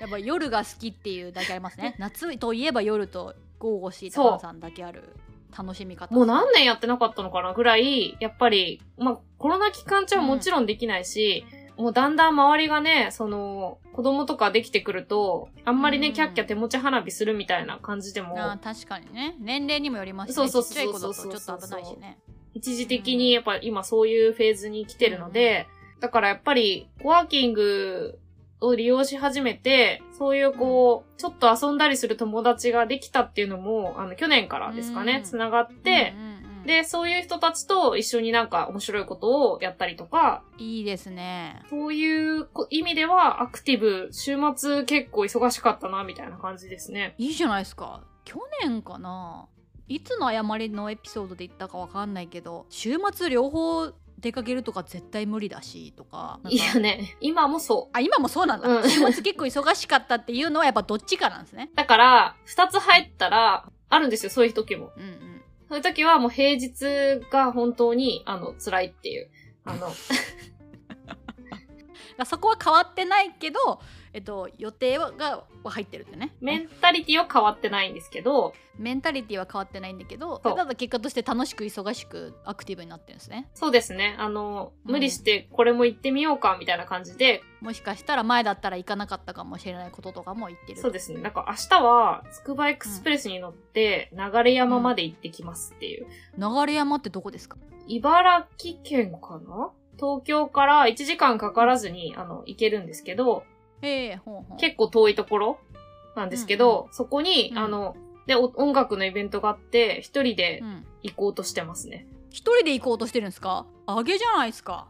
[SPEAKER 1] やっぱ夜が好きっていうだけありますね夏といえば夜と午後し
[SPEAKER 2] そう
[SPEAKER 1] 高さんだけある楽しみ方
[SPEAKER 2] もう何年やってなかったのかなぐらい、やっぱり、まあ、コロナ期間中はもちろんできないし、もうだんだん周りがね、その、子供とかできてくると、あんまりね、
[SPEAKER 1] うん
[SPEAKER 2] キャッキャ手持ち花火するみたいな感じでも、
[SPEAKER 1] あー確かにね年齢にもよりますし、ね、
[SPEAKER 2] そうそう
[SPEAKER 1] ちっちゃい子だと
[SPEAKER 2] そうそう
[SPEAKER 1] ち
[SPEAKER 2] そ
[SPEAKER 1] ょ
[SPEAKER 2] う
[SPEAKER 1] っと危ないしね
[SPEAKER 2] 一時的にやっぱ今そういうフェーズに来てるので、だからやっぱり、コワーキングを利用し始めて、そういうこう、ちょっと遊んだりする友達ができたっていうのも、あの、去年からですか
[SPEAKER 1] う
[SPEAKER 2] ね
[SPEAKER 1] ん、
[SPEAKER 2] 繋がって
[SPEAKER 1] う、んうんうん
[SPEAKER 2] で、そういう人たちと一緒になんか面白いことをやったりとか、
[SPEAKER 1] いいですね
[SPEAKER 2] そういうこ意味ではアクティブ、週末結構忙しかったな、みたいな感じですね。
[SPEAKER 1] いいじゃないですか去年かないつの誤りのエピソードで言ったかわかんないけど週末両方出かけるとか絶対無理だしとかなんか
[SPEAKER 2] いやね、今もそう。
[SPEAKER 1] あ今もそうなんだ、
[SPEAKER 2] うん
[SPEAKER 1] 週末結構忙しかったっていうのはやっぱどっちかなんですね
[SPEAKER 2] だから、二つ入ったら、あるんですよ、そういう時も。
[SPEAKER 1] うんうん
[SPEAKER 2] そういう時はもう平日が本当に、あの、辛いっていう。あの、
[SPEAKER 1] だからそこは変わってないけど、えっと、予定はがは入ってるってね
[SPEAKER 2] メンタリティは変わってないんですけど、
[SPEAKER 1] メンタリティは変わってないんだけど
[SPEAKER 2] そう
[SPEAKER 1] ただ結果として楽しく忙しくアクティブになってるんですね
[SPEAKER 2] そうですね、あの、
[SPEAKER 1] うん
[SPEAKER 2] 無理してこれも行ってみようか、みたいな感じで、
[SPEAKER 1] もしかしたら前だったら行かなかったかもしれないこととかも言ってる
[SPEAKER 2] そうですね、なんか明日は、つくばエクスプレスに乗って、流山まで行ってきますっていう。
[SPEAKER 1] 流山ってどこですか
[SPEAKER 2] 茨城県かな東京から1時間かからずに、あの、行けるんですけど、
[SPEAKER 1] ええほうほう
[SPEAKER 2] 結構遠いところなんですけど、そこに、
[SPEAKER 1] うん
[SPEAKER 2] あの、で、お音楽のイベントがあって、一人で
[SPEAKER 1] うん
[SPEAKER 2] 行こうとしてますね。
[SPEAKER 1] 一人で行こうとしてるんですかあげじゃないですか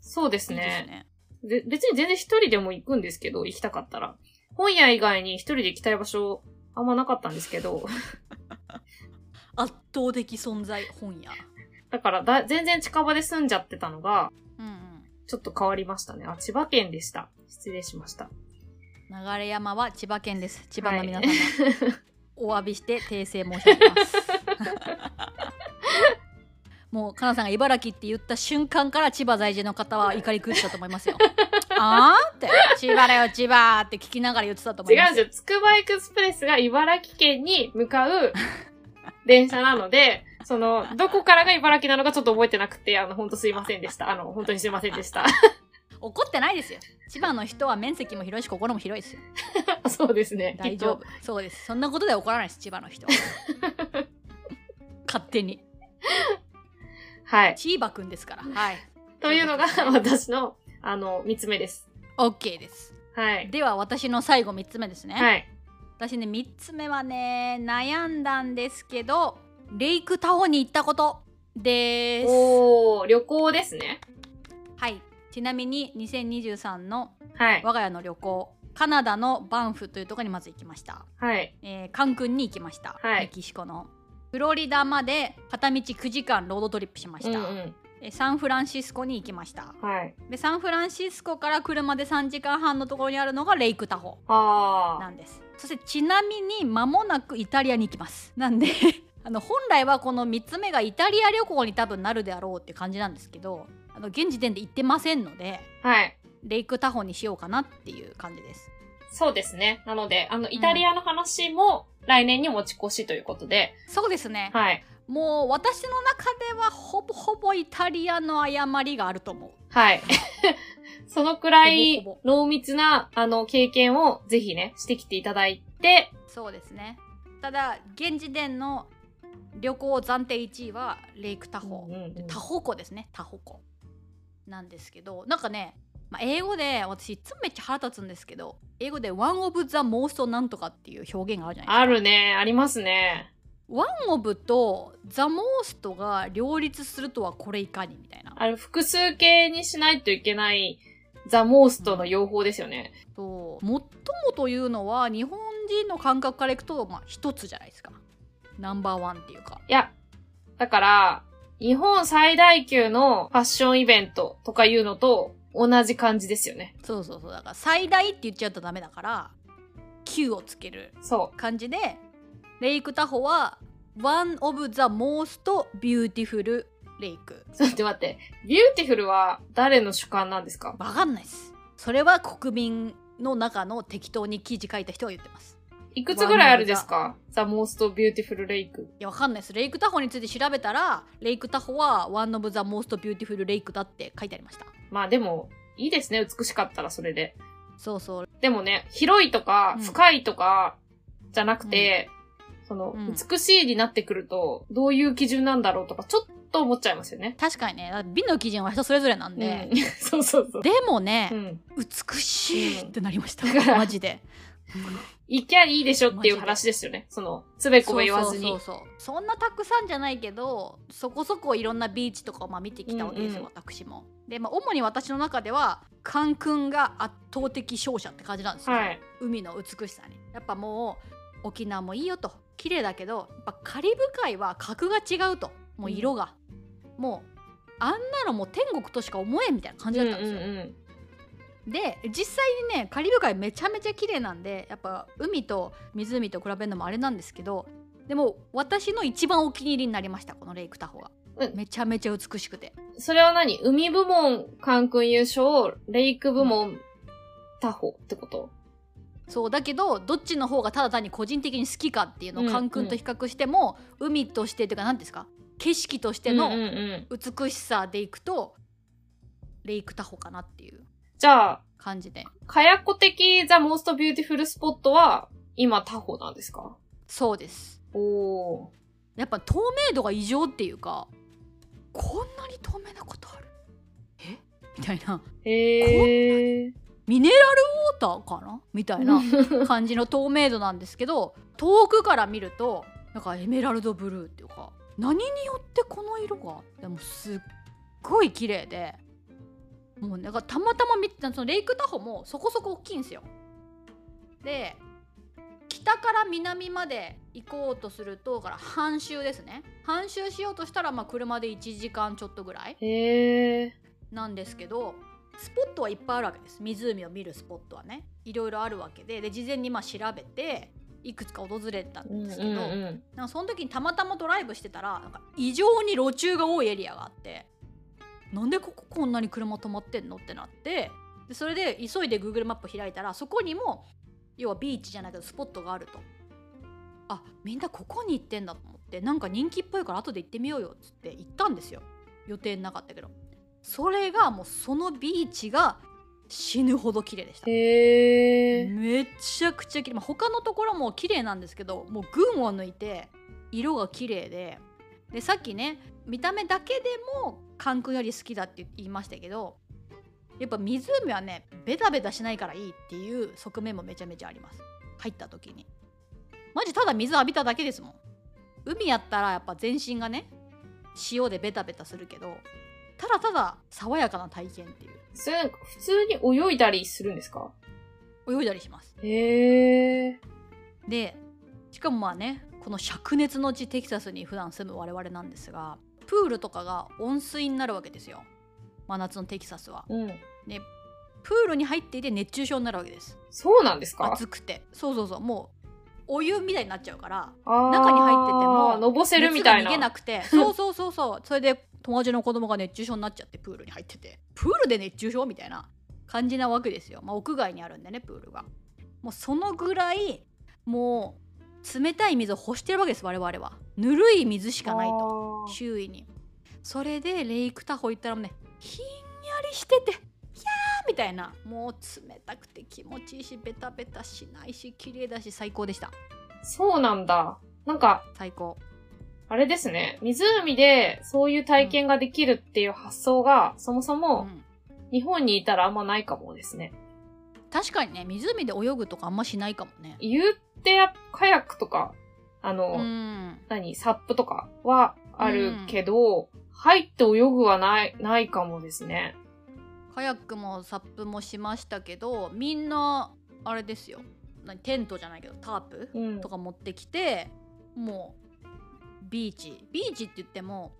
[SPEAKER 2] そうです
[SPEAKER 1] いいです
[SPEAKER 2] ね。
[SPEAKER 1] ね
[SPEAKER 2] で別に全然一人でも行くんですけど、行きたかったら。本屋以外に一人で行きたい場所、あんまなかったんですけど、
[SPEAKER 1] 圧倒的存在本屋
[SPEAKER 2] だからだ、全然近場で住んじゃってたのが、
[SPEAKER 1] うんうん
[SPEAKER 2] ちょっと変わりましたね。あ、千葉県でした。失礼しました。
[SPEAKER 1] 流山は千葉県です千葉の皆様、 お詫びして訂正申し上げます もうかなさんが茨城って言った瞬間から千葉在住の方は怒り狂ってたと思い ますよあーって千葉だよ千葉って聞きながら言ってたと思
[SPEAKER 2] 違
[SPEAKER 1] いうま
[SPEAKER 2] ん
[SPEAKER 1] す
[SPEAKER 2] ですよ。つくばエクスプレスが茨城県に向 かう電車なので、その、どこからが茨城なのかちょっと覚えてなくて、あの、本当すいませんでした。あの、本当にすいませんでした。
[SPEAKER 1] 怒ってないですよ千葉の人は面積も広いし心も広いですよ
[SPEAKER 2] そうですね。
[SPEAKER 1] 大丈夫そうですそんなことで怒らないです千葉の人は 勝手に
[SPEAKER 2] きっと。はい。
[SPEAKER 1] 千葉くんですからはい
[SPEAKER 2] というのが私の、あの、三つ目です。
[SPEAKER 1] OK です
[SPEAKER 2] はい。
[SPEAKER 1] では私の最後3つ目ですね、
[SPEAKER 2] はい。
[SPEAKER 1] 私ね3つ目はね悩んだんですけどレイクタホに行ったことです
[SPEAKER 2] おー、旅行ですね。
[SPEAKER 1] はいちなみに2023の
[SPEAKER 2] はい。
[SPEAKER 1] 我が家の旅行カナダのバンフというところにまず行きました、
[SPEAKER 2] はい。
[SPEAKER 1] えー、カン君に行きました、
[SPEAKER 2] はい
[SPEAKER 1] メキシコのフロリダまで片道9時間ロードトリップしま
[SPEAKER 2] う
[SPEAKER 1] し
[SPEAKER 2] んう
[SPEAKER 1] た、
[SPEAKER 2] ん。
[SPEAKER 1] えーサンフランシスコに行きました
[SPEAKER 2] はい。
[SPEAKER 1] でサンフランシスコから車で3時間半のところにあるのがレイクタホな
[SPEAKER 2] あ
[SPEAKER 1] んですそしてちなみに間もなくイタリアに行きますなんで あの本来はこの3つ目がイタリア旅行に多分なるであろうって感じなんですけどあの現時点で行ってませんので
[SPEAKER 2] ー。はい。
[SPEAKER 1] レイクタホにしようかなっていう感じです
[SPEAKER 2] そうですね。なので、あの、イタリアの話も来年に持ち越しということで、
[SPEAKER 1] そうですね、
[SPEAKER 2] はい。
[SPEAKER 1] もう私の中ではほぼほぼイタリアの誤りがあると思う
[SPEAKER 2] はい。 そのくら
[SPEAKER 1] ほ
[SPEAKER 2] い
[SPEAKER 1] ぼほ
[SPEAKER 2] 濃密な、あの、経験をぜひね、してきていただいて、
[SPEAKER 1] そうですねただ現時点の旅行暫定1位はレイクタホ、
[SPEAKER 2] うんうんうん
[SPEAKER 1] タホ湖ですねタホ湖なんですけどなんかね、まあ、英語で私いつもめっちゃ腹立つんですけど英語で「one of the most なんとか」っていう表現があるじゃないですか。
[SPEAKER 2] あるね、ありますね。
[SPEAKER 1] one of と the most が両立するとはこれいかにみたいな。
[SPEAKER 2] あの、複数形にしないといけない、ザ・モーストの用法ですよね。
[SPEAKER 1] と最もというのは日本人の感覚からいくと、まあ、一つじゃないですか。ナンバーワンっていうか。
[SPEAKER 2] いや、だから、日本最大級のファッションイベントとかいうのと同じ感じですよね。
[SPEAKER 1] そうそうそうだから最大って言っちゃうとダメだから9をつける
[SPEAKER 2] そ
[SPEAKER 1] 感じでレイクタホは One of the most beautiful lake
[SPEAKER 2] う。ち ょっと待って。ビューティフルは誰の主観なんですか
[SPEAKER 1] わかんないですそれは国民の中の適当に記事書いた人は言ってます
[SPEAKER 2] いくつぐらいあるですかザ・モースト・ビューティフル・レイク。
[SPEAKER 1] いやわかんないですレイクタホについて調べたらレイクタホは One of the most beautiful lake だって書いてありました
[SPEAKER 2] まあでも、いいですね。美しかったらそれで。
[SPEAKER 1] そうそう
[SPEAKER 2] でもね、広いとか
[SPEAKER 1] うん
[SPEAKER 2] 深いとかじゃなくて、その、
[SPEAKER 1] うん
[SPEAKER 2] 美しいになってくると、どういう基準なんだろうとか、ちょっと思っちゃいますよね。
[SPEAKER 1] 確かにねだって美の基準は人それぞれなんで、
[SPEAKER 2] うん、 そうそうそう。
[SPEAKER 1] でもね、
[SPEAKER 2] うん。
[SPEAKER 1] 美しいってなりました、
[SPEAKER 2] うんだから
[SPEAKER 1] マジ で
[SPEAKER 2] いきゃいいでしょっていう話ですよね。その、つべこべ言わずに。
[SPEAKER 1] そうそうそうそうそんなたくさんじゃないけどそこそこいろんなビーチとかをまあ見てきたわけですよ、
[SPEAKER 2] うんうん
[SPEAKER 1] 私もで、まあ、主に私の中ではカン君が圧倒的勝者って感じなんですよ、
[SPEAKER 2] はい。
[SPEAKER 1] 海の美しさにやっぱもう沖縄もいいよと綺麗だけどやっぱカリブ海は格が違うともう色が、もうあんなのもう天国としか思えんみたいな感じだったんですよ、
[SPEAKER 2] うんうんうん
[SPEAKER 1] で実際にねカリブ海めちゃめちゃ綺麗なんでやっぱ海と湖と比べるのもあれなんですけどでも私の一番お気に入りになりましたこのレイクタホが
[SPEAKER 2] うん
[SPEAKER 1] めちゃめちゃ美しくて
[SPEAKER 2] それは何海部門、関君優勝、レイク部門、他方ってこと
[SPEAKER 1] そうだけどどっちの方がただ単に個人的に好きかっていうのを
[SPEAKER 2] うん
[SPEAKER 1] カン君と比較しても、海としてというか何ですか景色として
[SPEAKER 2] うんうん
[SPEAKER 1] の
[SPEAKER 2] うん。
[SPEAKER 1] 美しさでいくと、レイクタホかなっていう
[SPEAKER 2] じゃあ、
[SPEAKER 1] 感じで
[SPEAKER 2] かやこ的ザ・モースト・ビューティフル・スポットは、今、他方なんですか
[SPEAKER 1] そうです
[SPEAKER 2] おー。
[SPEAKER 1] やっぱ透明度が異常っていうかこんなに透明なことあるえみたいな
[SPEAKER 2] へえ。
[SPEAKER 1] ミネラルウォーターかなみたいな感じの透明度なんですけど遠くから見るとなんかエメラルドブルーっていうか何によってこの色がでもすっごい綺麗でもうなんかたまたま見てたそのレイクタホもそこそこ大きいんですよ。で北から南まで行こうとするとだから半周ですね半周しようとしたらまあ車で1時間ちょっとぐらい
[SPEAKER 2] へえ。
[SPEAKER 1] なんですけどスポットはいっぱいあるわけです湖を見るスポットはねいろいろあるわけでで事前にまあ調べていくつか訪れたんですけど、
[SPEAKER 2] うん
[SPEAKER 1] なんかその時にたまたまドライブしてたらなんか異常に路中が多いエリアがあってなんでこここんなに車止まってんのってなってでそれで急いで Google マップ開いたらそこにも要はビーチじゃないけどスポットがあるとあみんなここに行ってんだと思ってなんか人気っぽいから後で行ってみようよっつって行ったんですよ予定なかったけどそれがもうそのビーチが死ぬほど綺麗でした
[SPEAKER 2] へえ。
[SPEAKER 1] めちゃくちゃ綺麗、まあ、他のところも綺麗なんですけどもう群を抜いて色が綺麗ででさっきね見た目だけでも関空より好きだって言いましたけどやっぱ湖はねベタベタしないからいいっていう側面もめちゃめちゃあります入った時にマジただ水浴びただけですもん海やったらやっぱ全身がね塩でベタベタするけどただただ爽やかな体験っていう
[SPEAKER 2] それなんか普通に泳いだりするんですか
[SPEAKER 1] 泳いだりします
[SPEAKER 2] へえ。
[SPEAKER 1] でしかもまあねこの灼熱の地テキサスに普段住む我々なんですがプールとかが温水になるわけですよ真夏のテキサスは
[SPEAKER 2] うん。
[SPEAKER 1] プールに入っていて熱中症になるわけです
[SPEAKER 2] そうなんですか
[SPEAKER 1] 暑くてそうそうそうもうお湯みたいになっちゃうから
[SPEAKER 2] 中
[SPEAKER 1] に入ってても
[SPEAKER 2] のぼせるみ
[SPEAKER 1] 熱
[SPEAKER 2] た
[SPEAKER 1] が
[SPEAKER 2] い
[SPEAKER 1] 逃げな
[SPEAKER 2] な。
[SPEAKER 1] く てそうそうそうそうそれで友達の子供が熱中症になっちゃってプールに入っててプールで熱中症みたいな感じなわけですよ、まあ、屋外にあるんでねプールがもうそのぐらいもう冷たい水を欲してるわけです我々はぬるい水しかないと
[SPEAKER 2] と
[SPEAKER 1] 周囲にそれでレイクタホ行ったらもうねひんやりしてて「ひゃー」みたいなもう冷たくて気持ちいいしベタベタしないし綺麗だし最高でした
[SPEAKER 2] そうなんだ。なんか、
[SPEAKER 1] 最高
[SPEAKER 2] あれですね。湖でそういう体験ができるっていう発想が、そもそうも
[SPEAKER 1] ん
[SPEAKER 2] 日本にいたらあんまないかもですね。
[SPEAKER 1] 確かにね湖で泳ぐとかあんましないかもね
[SPEAKER 2] 言ってや、カヤックとか、あの、
[SPEAKER 1] うん
[SPEAKER 2] 何、サップとかはあるけど、入って泳ぐはない、ないかもですね。
[SPEAKER 1] カヤックもサップもしましたけどみんなあれですよ何テントじゃないけどタープ
[SPEAKER 2] うん
[SPEAKER 1] と。か持ってきてもうビーチビーチって言っても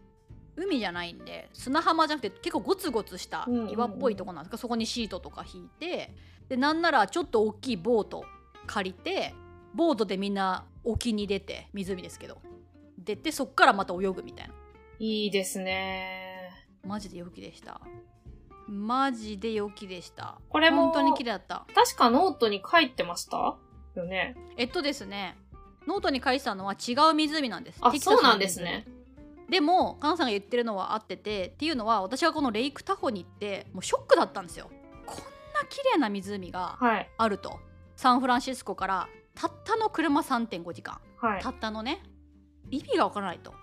[SPEAKER 1] 海じゃないんで砂浜じゃなくて結構ゴツゴツした
[SPEAKER 2] うんうんうん
[SPEAKER 1] 岩っぽいとこなんですか、そこにシートとか引いてでなんならちょっと大きいボート借りてボートでみんな沖に出て湖ですけど出てそっからまた泳ぐみたいない
[SPEAKER 2] いですね。
[SPEAKER 1] マジで陽気でしたマジで陽気でした
[SPEAKER 2] これも
[SPEAKER 1] 本当に綺麗だった
[SPEAKER 2] 確かノートに書いてましたよね。
[SPEAKER 1] えっとですねノートに書いてたのは違う湖なんです
[SPEAKER 2] あ、
[SPEAKER 1] テキサス
[SPEAKER 2] そ
[SPEAKER 1] の
[SPEAKER 2] うなんですね。
[SPEAKER 1] でもカナさんが言ってるのは合っててっていうのは私がこのレイクタホに行ってもうショックだったんですよこんな綺麗な湖が
[SPEAKER 2] はい。
[SPEAKER 1] あるとサンフランシスコからたったの車3.5時間
[SPEAKER 2] はい
[SPEAKER 1] た。ったのね意味がわからないと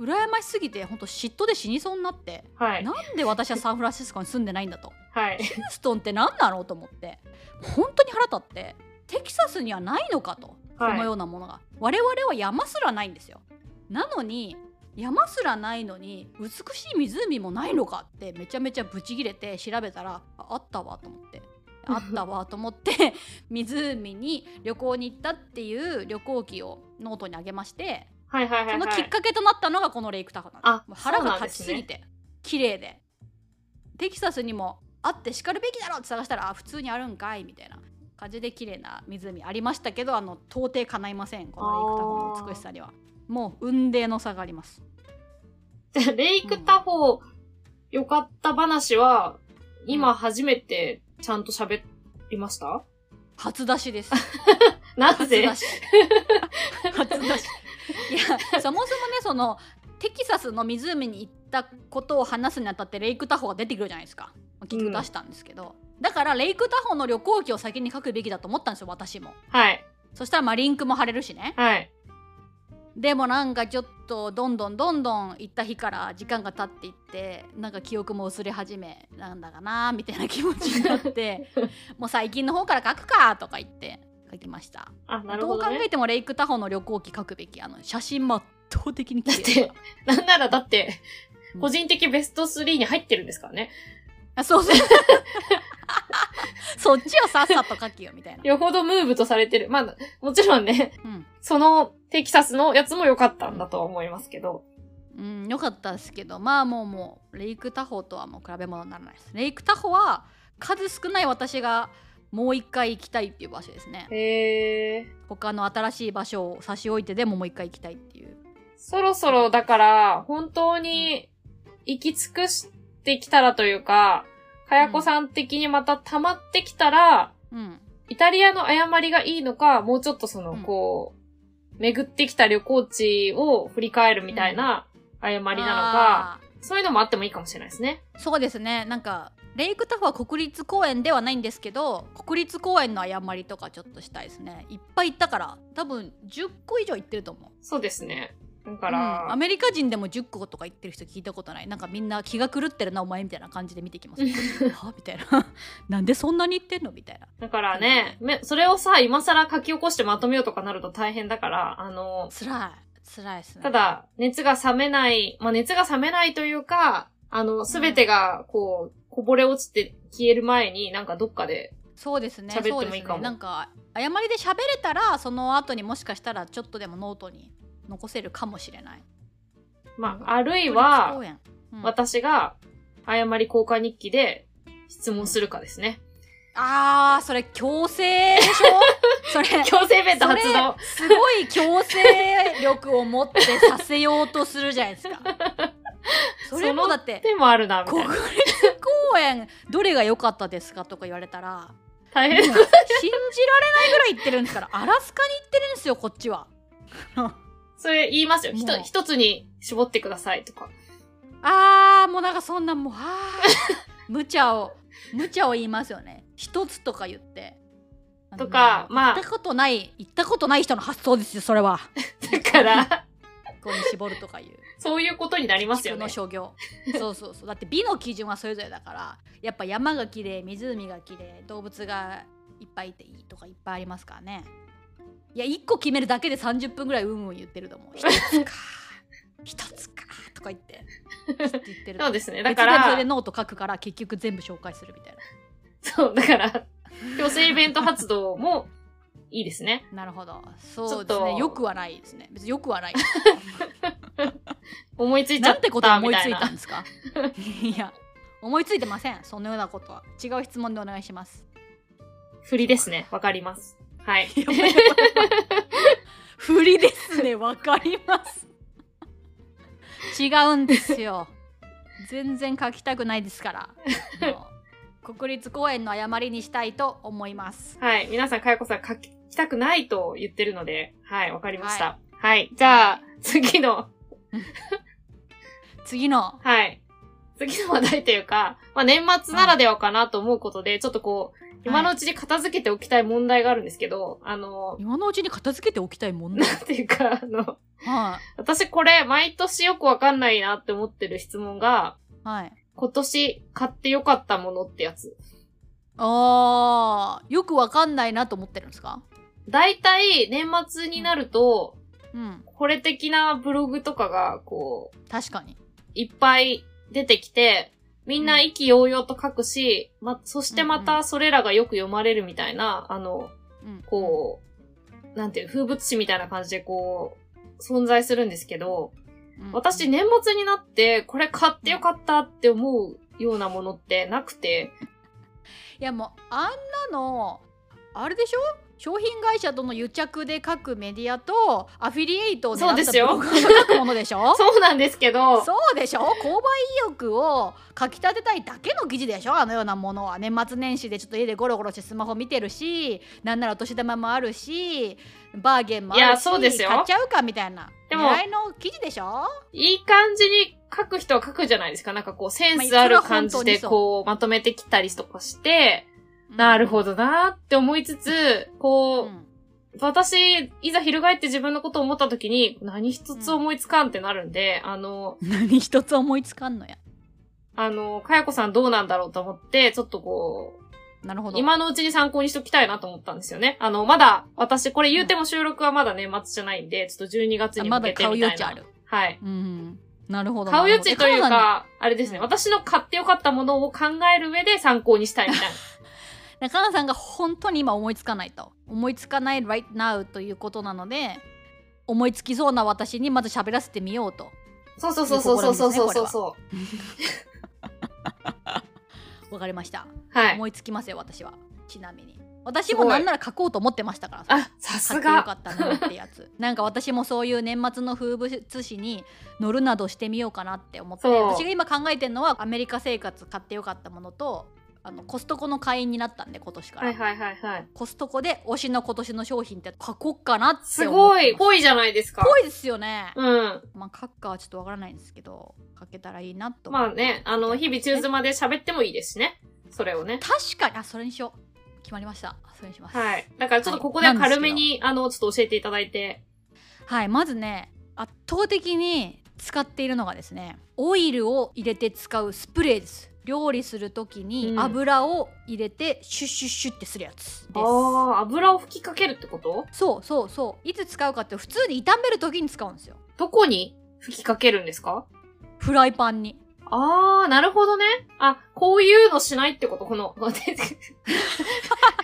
[SPEAKER 1] 羨ましすぎてほんと嫉妬で死にそうになって
[SPEAKER 2] はい。
[SPEAKER 1] なんで私はサンフランシスコに住んでないんだと
[SPEAKER 2] はい。
[SPEAKER 1] ヒューストンって何なのと思って本当に腹立ってテキサスにはないのかとこ
[SPEAKER 2] はい
[SPEAKER 1] のようなものが、我々は山すらないんですよなのに山すらないのに美しい湖もないのかってめちゃめちゃブチギレて調べたらああったわと思ってあったわと思って 湖に旅行に行ったっていう旅行記をノートにあげまして
[SPEAKER 2] はいはいはいはい。
[SPEAKER 1] そのきっかけとなったのがこのレイクタホなんです。
[SPEAKER 2] あ
[SPEAKER 1] もう腹
[SPEAKER 2] そう
[SPEAKER 1] が
[SPEAKER 2] なんで
[SPEAKER 1] 立ち
[SPEAKER 2] す
[SPEAKER 1] す
[SPEAKER 2] ね
[SPEAKER 1] ぎて綺麗でテキサスにもあってしかるべきだろうって探したらあ普通にあるんかいみたいな感じで綺麗な湖ありましたけどあの到底叶いませんこのレイクタホの美しさにはもう雲泥の差があります
[SPEAKER 2] レイクタホ良かった話は、今初めてちゃんと喋りました、
[SPEAKER 1] 初出しです
[SPEAKER 2] な
[SPEAKER 1] 初
[SPEAKER 2] ぜ
[SPEAKER 1] 出し 初出しいやそもそもねそのテキサスの湖に行ったことを話すにあたってレイクタホが出てくるじゃないですか結局出したんですけど、だからレイクタホの旅行記を先に書くべきだと思ったんですよ私も
[SPEAKER 2] はい。
[SPEAKER 1] そしたらまあリンクも貼れるしね
[SPEAKER 2] はい。
[SPEAKER 1] でもなんかちょっとどんどんどんどん行った日から時間が経っていってなんか記憶も薄れ始めなんだかなみたいな気持ちになって もう最近の方から書くかとか言って書きました
[SPEAKER 2] あ、なるほ
[SPEAKER 1] ど
[SPEAKER 2] ど、
[SPEAKER 1] う考
[SPEAKER 2] ね。
[SPEAKER 1] えてもレイクタホの旅行記書くべきあの写真も圧倒的に綺麗
[SPEAKER 2] だって なんならだって
[SPEAKER 1] う、ん
[SPEAKER 2] 個人的ベスト3に入ってるんですからね。
[SPEAKER 1] あそうそう そっちをさっさと書きよみたいな、
[SPEAKER 2] よほどムーブとされてる。まあ、もちろんね、
[SPEAKER 1] うん
[SPEAKER 2] そのテキサスのやつも良かったんだとは思いますけど。
[SPEAKER 1] うん、よかったですけどまあもうもうレイクタホとはもう比べ物にならないですレイクタホは数少ない私がもう一回行きたいっていう場所ですね
[SPEAKER 2] へえ。
[SPEAKER 1] 他の新しい場所を差し置いてでももう一回行きたいっていう
[SPEAKER 2] そろそろだから、本当に行き尽くしてきたらというか、かやこさん的にまた溜まってきたら、
[SPEAKER 1] うん
[SPEAKER 2] イタリアの誤りがいいのか、もうちょっとその、
[SPEAKER 1] うん
[SPEAKER 2] こう、巡ってきた旅行地を振り返るみたいな誤りなのか、
[SPEAKER 1] あ
[SPEAKER 2] そういうのもあってもいいかもしれないですね。
[SPEAKER 1] ーそうですねなんかレイクタホは国立公園ではないんですけど国立公園の誤りとかちょっとしたいですねいっぱい行ったから多分10個以上行ってると思
[SPEAKER 2] そうですね。だから、
[SPEAKER 1] うんアメリカ人でも10個とか言ってる人聞いたことないなんかみんな気が狂ってるなお前みたいな感じで見てきます はみたいななんでそんなに言ってんのみたいな
[SPEAKER 2] だからね、めそれをさ、今更書き起こしてまとめようとかなると大変だから、あの、
[SPEAKER 1] つらいつらいですね
[SPEAKER 2] ただ、熱が冷めない、まあ、熱が冷めないというか、あの、すべてが、こう、こぼれ落ちて消える前に、なんかどっかで、
[SPEAKER 1] そうですね
[SPEAKER 2] 喋ってもい
[SPEAKER 1] そう
[SPEAKER 2] いか
[SPEAKER 1] です
[SPEAKER 2] も
[SPEAKER 1] ね、なんか誤りで喋れたらその後にもしかしたらちょっとでもノートに残せるかもしれない
[SPEAKER 2] ま
[SPEAKER 1] うん
[SPEAKER 2] あ、あるい
[SPEAKER 1] 公
[SPEAKER 2] は、
[SPEAKER 1] 演うん
[SPEAKER 2] 私が、誤り交換日記で質問するかですね。
[SPEAKER 1] あーそれ強制で しょそれ
[SPEAKER 2] 強制イベント発動。
[SPEAKER 1] すごい強制力を持ってさせようとするじゃない ですかそれもだって
[SPEAKER 2] でもあるな、みた
[SPEAKER 1] 国
[SPEAKER 2] いな。
[SPEAKER 1] 立公園どれが良かったですかとか言われたら
[SPEAKER 2] 大
[SPEAKER 1] もう信
[SPEAKER 2] 変
[SPEAKER 1] じられないぐらい行ってるんですからアラスカに行ってるんですよこっちは
[SPEAKER 2] それ言いますよ。ひと
[SPEAKER 1] もう
[SPEAKER 2] 一つに絞ってくださいとか。
[SPEAKER 1] あーもうなんかそんなもうあー 無茶を無茶を言いますよね一つとか言って
[SPEAKER 2] とか
[SPEAKER 1] あの
[SPEAKER 2] まあ
[SPEAKER 1] 行ったことない行ったことない人の発想ですよそれは
[SPEAKER 2] だから、
[SPEAKER 1] ここに絞るとかいう
[SPEAKER 2] そういうことになります
[SPEAKER 1] 地
[SPEAKER 2] よ
[SPEAKER 1] 区
[SPEAKER 2] ね
[SPEAKER 1] の。商業そうそうそうだって美の基準はそれぞれだからやっぱ山が綺麗湖が綺麗動物がいっぱいいていいとかいっぱいありますからねいや1個決めるだけで30分ぐらいうんうん言ってると思う一つか一つかとか言 って言ってると
[SPEAKER 2] そ
[SPEAKER 1] 思
[SPEAKER 2] う
[SPEAKER 1] う
[SPEAKER 2] ですね。だ
[SPEAKER 1] 別
[SPEAKER 2] か
[SPEAKER 1] でそれ
[SPEAKER 2] ら
[SPEAKER 1] で、ノート書くから結局全部紹介するみたい
[SPEAKER 2] そう、だから、強制イベント発動もいいですね。
[SPEAKER 1] ななるほどそうです
[SPEAKER 2] ちょっ
[SPEAKER 1] ね
[SPEAKER 2] と
[SPEAKER 1] よくはないですね別によくは ない
[SPEAKER 2] 思いついちゃ
[SPEAKER 1] な
[SPEAKER 2] っ
[SPEAKER 1] ん
[SPEAKER 2] た
[SPEAKER 1] て
[SPEAKER 2] み
[SPEAKER 1] ことを
[SPEAKER 2] たい
[SPEAKER 1] 思いついた。
[SPEAKER 2] なん
[SPEAKER 1] ですか いや思いついてませんそのようなことは違う質問でお願いし ます
[SPEAKER 2] 振りですね。わかります。はい。
[SPEAKER 1] やばいやばいやばい振りですねわかります違うんですよ全然書きたくないですからもう国立公園の誤りにしたいと思います
[SPEAKER 2] はい。皆さん、かよこさん書きたくないと言ってるので、はい、わかりました。はい。じゃあ、次の、
[SPEAKER 1] 次の
[SPEAKER 2] はい。次の話題というか、まあ、年末ならではかなと思うことで、ちょっとこう、今のうちに片付けておきたい問題があるんですけど、あの、
[SPEAKER 1] 今のうちに片付けておきたい問題
[SPEAKER 2] なんていうか、あの、
[SPEAKER 1] は
[SPEAKER 2] 私これ、毎年よくわかんないなって思ってる質問が、
[SPEAKER 1] いはい
[SPEAKER 2] 今年買ってよかったものってやつ。
[SPEAKER 1] あーよくわかんないなと思ってるんですか
[SPEAKER 2] 大体、年末になると、
[SPEAKER 1] うん
[SPEAKER 2] これ的なブログとかが、こう、
[SPEAKER 1] 確かに
[SPEAKER 2] いっぱい出てきて、みんな意気揚々と書くし、ま、そしてまたそれらがよく読まれるみたいな、あの、
[SPEAKER 1] うん
[SPEAKER 2] こう、なんていう、風物詩みたいな感じでこう、存在するんですけど、
[SPEAKER 1] うん
[SPEAKER 2] 私年末になって、これ買ってよかったって思うようなものってなくて、
[SPEAKER 1] いやもうあんなのあれでしょ商品会社との癒着で書くメディアとアフィリエイトを狙
[SPEAKER 2] そう
[SPEAKER 1] っ
[SPEAKER 2] で
[SPEAKER 1] た
[SPEAKER 2] すよ
[SPEAKER 1] ブログを書くものでしょ
[SPEAKER 2] そうなんですけど、
[SPEAKER 1] そうでしょ購買意欲をかきたてたいだけの記事でしょあのようなものは年末年始でちょっと家でゴロゴロしてスマホ見てるしなんならお年玉もあるしバーゲンもあるし
[SPEAKER 2] いやそうですよ
[SPEAKER 1] 買っちゃうかみたいな
[SPEAKER 2] でも
[SPEAKER 1] 狙いの記事でしょ
[SPEAKER 2] いい感じに書く人は書くじゃないですか。なんかこう、センスある感じ
[SPEAKER 1] まあい
[SPEAKER 2] で
[SPEAKER 1] つも本当にそう
[SPEAKER 2] こう、まとめてきたりとかして、なるほどなーって思いつつ、
[SPEAKER 1] ど
[SPEAKER 2] こう、私、いざ翻って自分のことを思った時に、何一つ思いつかんってなるんで、あの、
[SPEAKER 1] 何一つ思いつかんのや
[SPEAKER 2] あの、かやこさんどうなんだろうと思って、ちょっとこう、
[SPEAKER 1] なるほど
[SPEAKER 2] 今のうちに参考にしときたいなと思ったんですよね。あの、まだ、私、これ言うても収録はまだ年末じゃないんで、ちょっと12月
[SPEAKER 1] あ
[SPEAKER 2] に
[SPEAKER 1] ま
[SPEAKER 2] 向
[SPEAKER 1] だ
[SPEAKER 2] けて
[SPEAKER 1] 買う
[SPEAKER 2] みた
[SPEAKER 1] 余
[SPEAKER 2] い
[SPEAKER 1] 地
[SPEAKER 2] な。
[SPEAKER 1] ある
[SPEAKER 2] はい。
[SPEAKER 1] うんなるほど
[SPEAKER 2] 買う余
[SPEAKER 1] なる
[SPEAKER 2] 地
[SPEAKER 1] ほど
[SPEAKER 2] という
[SPEAKER 1] え彼女
[SPEAKER 2] か、あれですね、
[SPEAKER 1] うん
[SPEAKER 2] 私の買ってよかったものを考える上で参考にしたいみたい な。
[SPEAKER 1] 中野さんが本当に今思いつかないと思いつかない right now ということなので思いつきそうな私にまず喋らせてみようと
[SPEAKER 2] そうそうそうそうそうそうそうそ
[SPEAKER 1] わかりました、
[SPEAKER 2] う。はい。
[SPEAKER 1] 思いつきますよ私はちなみに私もなんなら書こうと思ってましたから
[SPEAKER 2] あ、
[SPEAKER 1] 買
[SPEAKER 2] さす
[SPEAKER 1] ってよ
[SPEAKER 2] が。
[SPEAKER 1] かったなってや つなんか私もそういう年末の風物詩に乗るなどしてみようかなって思って
[SPEAKER 2] そう
[SPEAKER 1] 私が今考えてるのはアメリカ生活買ってよかったものとあのコストコの会員になったんで今年から、
[SPEAKER 2] はいはいはいはい。
[SPEAKER 1] コストコで推しの今年の商品って書こっかなって思ってます
[SPEAKER 2] すごい、
[SPEAKER 1] ぽ
[SPEAKER 2] ぽいじゃないですか。
[SPEAKER 1] いですよね、
[SPEAKER 2] うん。
[SPEAKER 1] まあ書くかはちょっとわからないんですけど書けたらいいなと思う
[SPEAKER 2] まあね、あの、日々中妻で喋ってもいいですしね。それをね。
[SPEAKER 1] 確かにあそれにしよう決まりましたそれにします
[SPEAKER 2] はい。だからちょっとここでは軽めに、あの、ちょっと教えていただいて。
[SPEAKER 1] はいまずね圧倒的に使っているのがですねオイルを入れて使うスプレーです料理する時に
[SPEAKER 2] うん
[SPEAKER 1] 油を入れてシュッシュッシュッってするやつです、
[SPEAKER 2] ああ、油を吹きかけるってこと
[SPEAKER 1] そうそうそういつ使うかって普通に炒める時に使うんですよ
[SPEAKER 2] どこに吹きかけるんですか
[SPEAKER 1] フライパンに
[SPEAKER 2] ああ、なるほどね。あ、こういうのしないってことこの、 こうやって
[SPEAKER 1] 今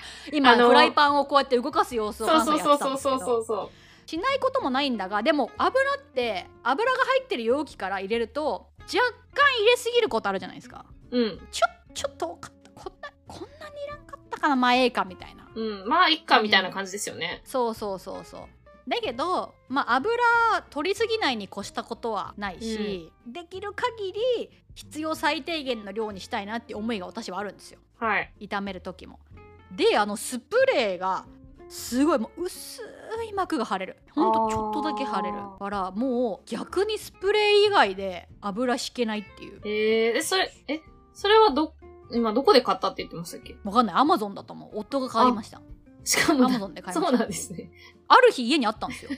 [SPEAKER 2] あの
[SPEAKER 1] フライパンをこうやって動かす様子を
[SPEAKER 2] そうそうそ
[SPEAKER 1] 彼女
[SPEAKER 2] うそ
[SPEAKER 1] がや
[SPEAKER 2] う
[SPEAKER 1] ってたん
[SPEAKER 2] そ
[SPEAKER 1] ですけど
[SPEAKER 2] うそうそう。
[SPEAKER 1] しないこともないんだがでも油って油が入ってる容器から入れると若干入れすぎることあるじゃないですか
[SPEAKER 2] うん。
[SPEAKER 1] ちょちょっと多かったこんなこんなにいらんかったかな前かみたいな
[SPEAKER 2] うん。まあ、いっか、みたいな感じですよね。
[SPEAKER 1] そうそうそうそうだけど、まあ、油取りすぎないに越したことはないし、できる限り必要最低限の量にしたいなって思いが私はあるんですよ
[SPEAKER 2] はい。
[SPEAKER 1] 炒める時もであのスプレーがすごいもう薄い膜が腫れるほんとちょっとだけ腫れる
[SPEAKER 2] あー
[SPEAKER 1] からもう逆にスプレー以外で油引けないっていう
[SPEAKER 2] えー、え、それ、え、それはど、今どこで買ったって言ってましたっけ
[SPEAKER 1] わかんないアマゾンだと思う夫が買いました
[SPEAKER 2] しか
[SPEAKER 1] ア
[SPEAKER 2] も
[SPEAKER 1] マ、ゾンで買いまし
[SPEAKER 2] そう
[SPEAKER 1] た
[SPEAKER 2] なんですね。
[SPEAKER 1] ある日家にあったんですよ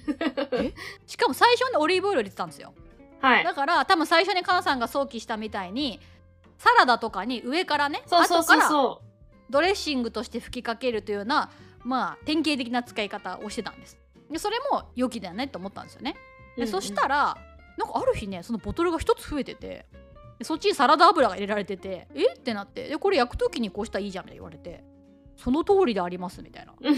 [SPEAKER 1] えしかも最初にオリーブオイル入れてたんですよ
[SPEAKER 2] はい。
[SPEAKER 1] だから多分最初にカナさんが想起したみたいにサラダとかに上からね
[SPEAKER 2] そうそうそう
[SPEAKER 1] 後から
[SPEAKER 2] そ
[SPEAKER 1] ドレッシングとして吹きかけるというようなまあ典型的な使い方をしてたんですでそれも良きだよねと思ったんですよね
[SPEAKER 2] う。
[SPEAKER 1] で、
[SPEAKER 2] うん
[SPEAKER 1] そしたらなんかある日ねそのボトルが1つ増えててでそっちにサラダ油が入れられててえってなってでこれ焼く時にこうしたらいいじゃんみたいな言われてその通りでありますみたいな
[SPEAKER 2] うん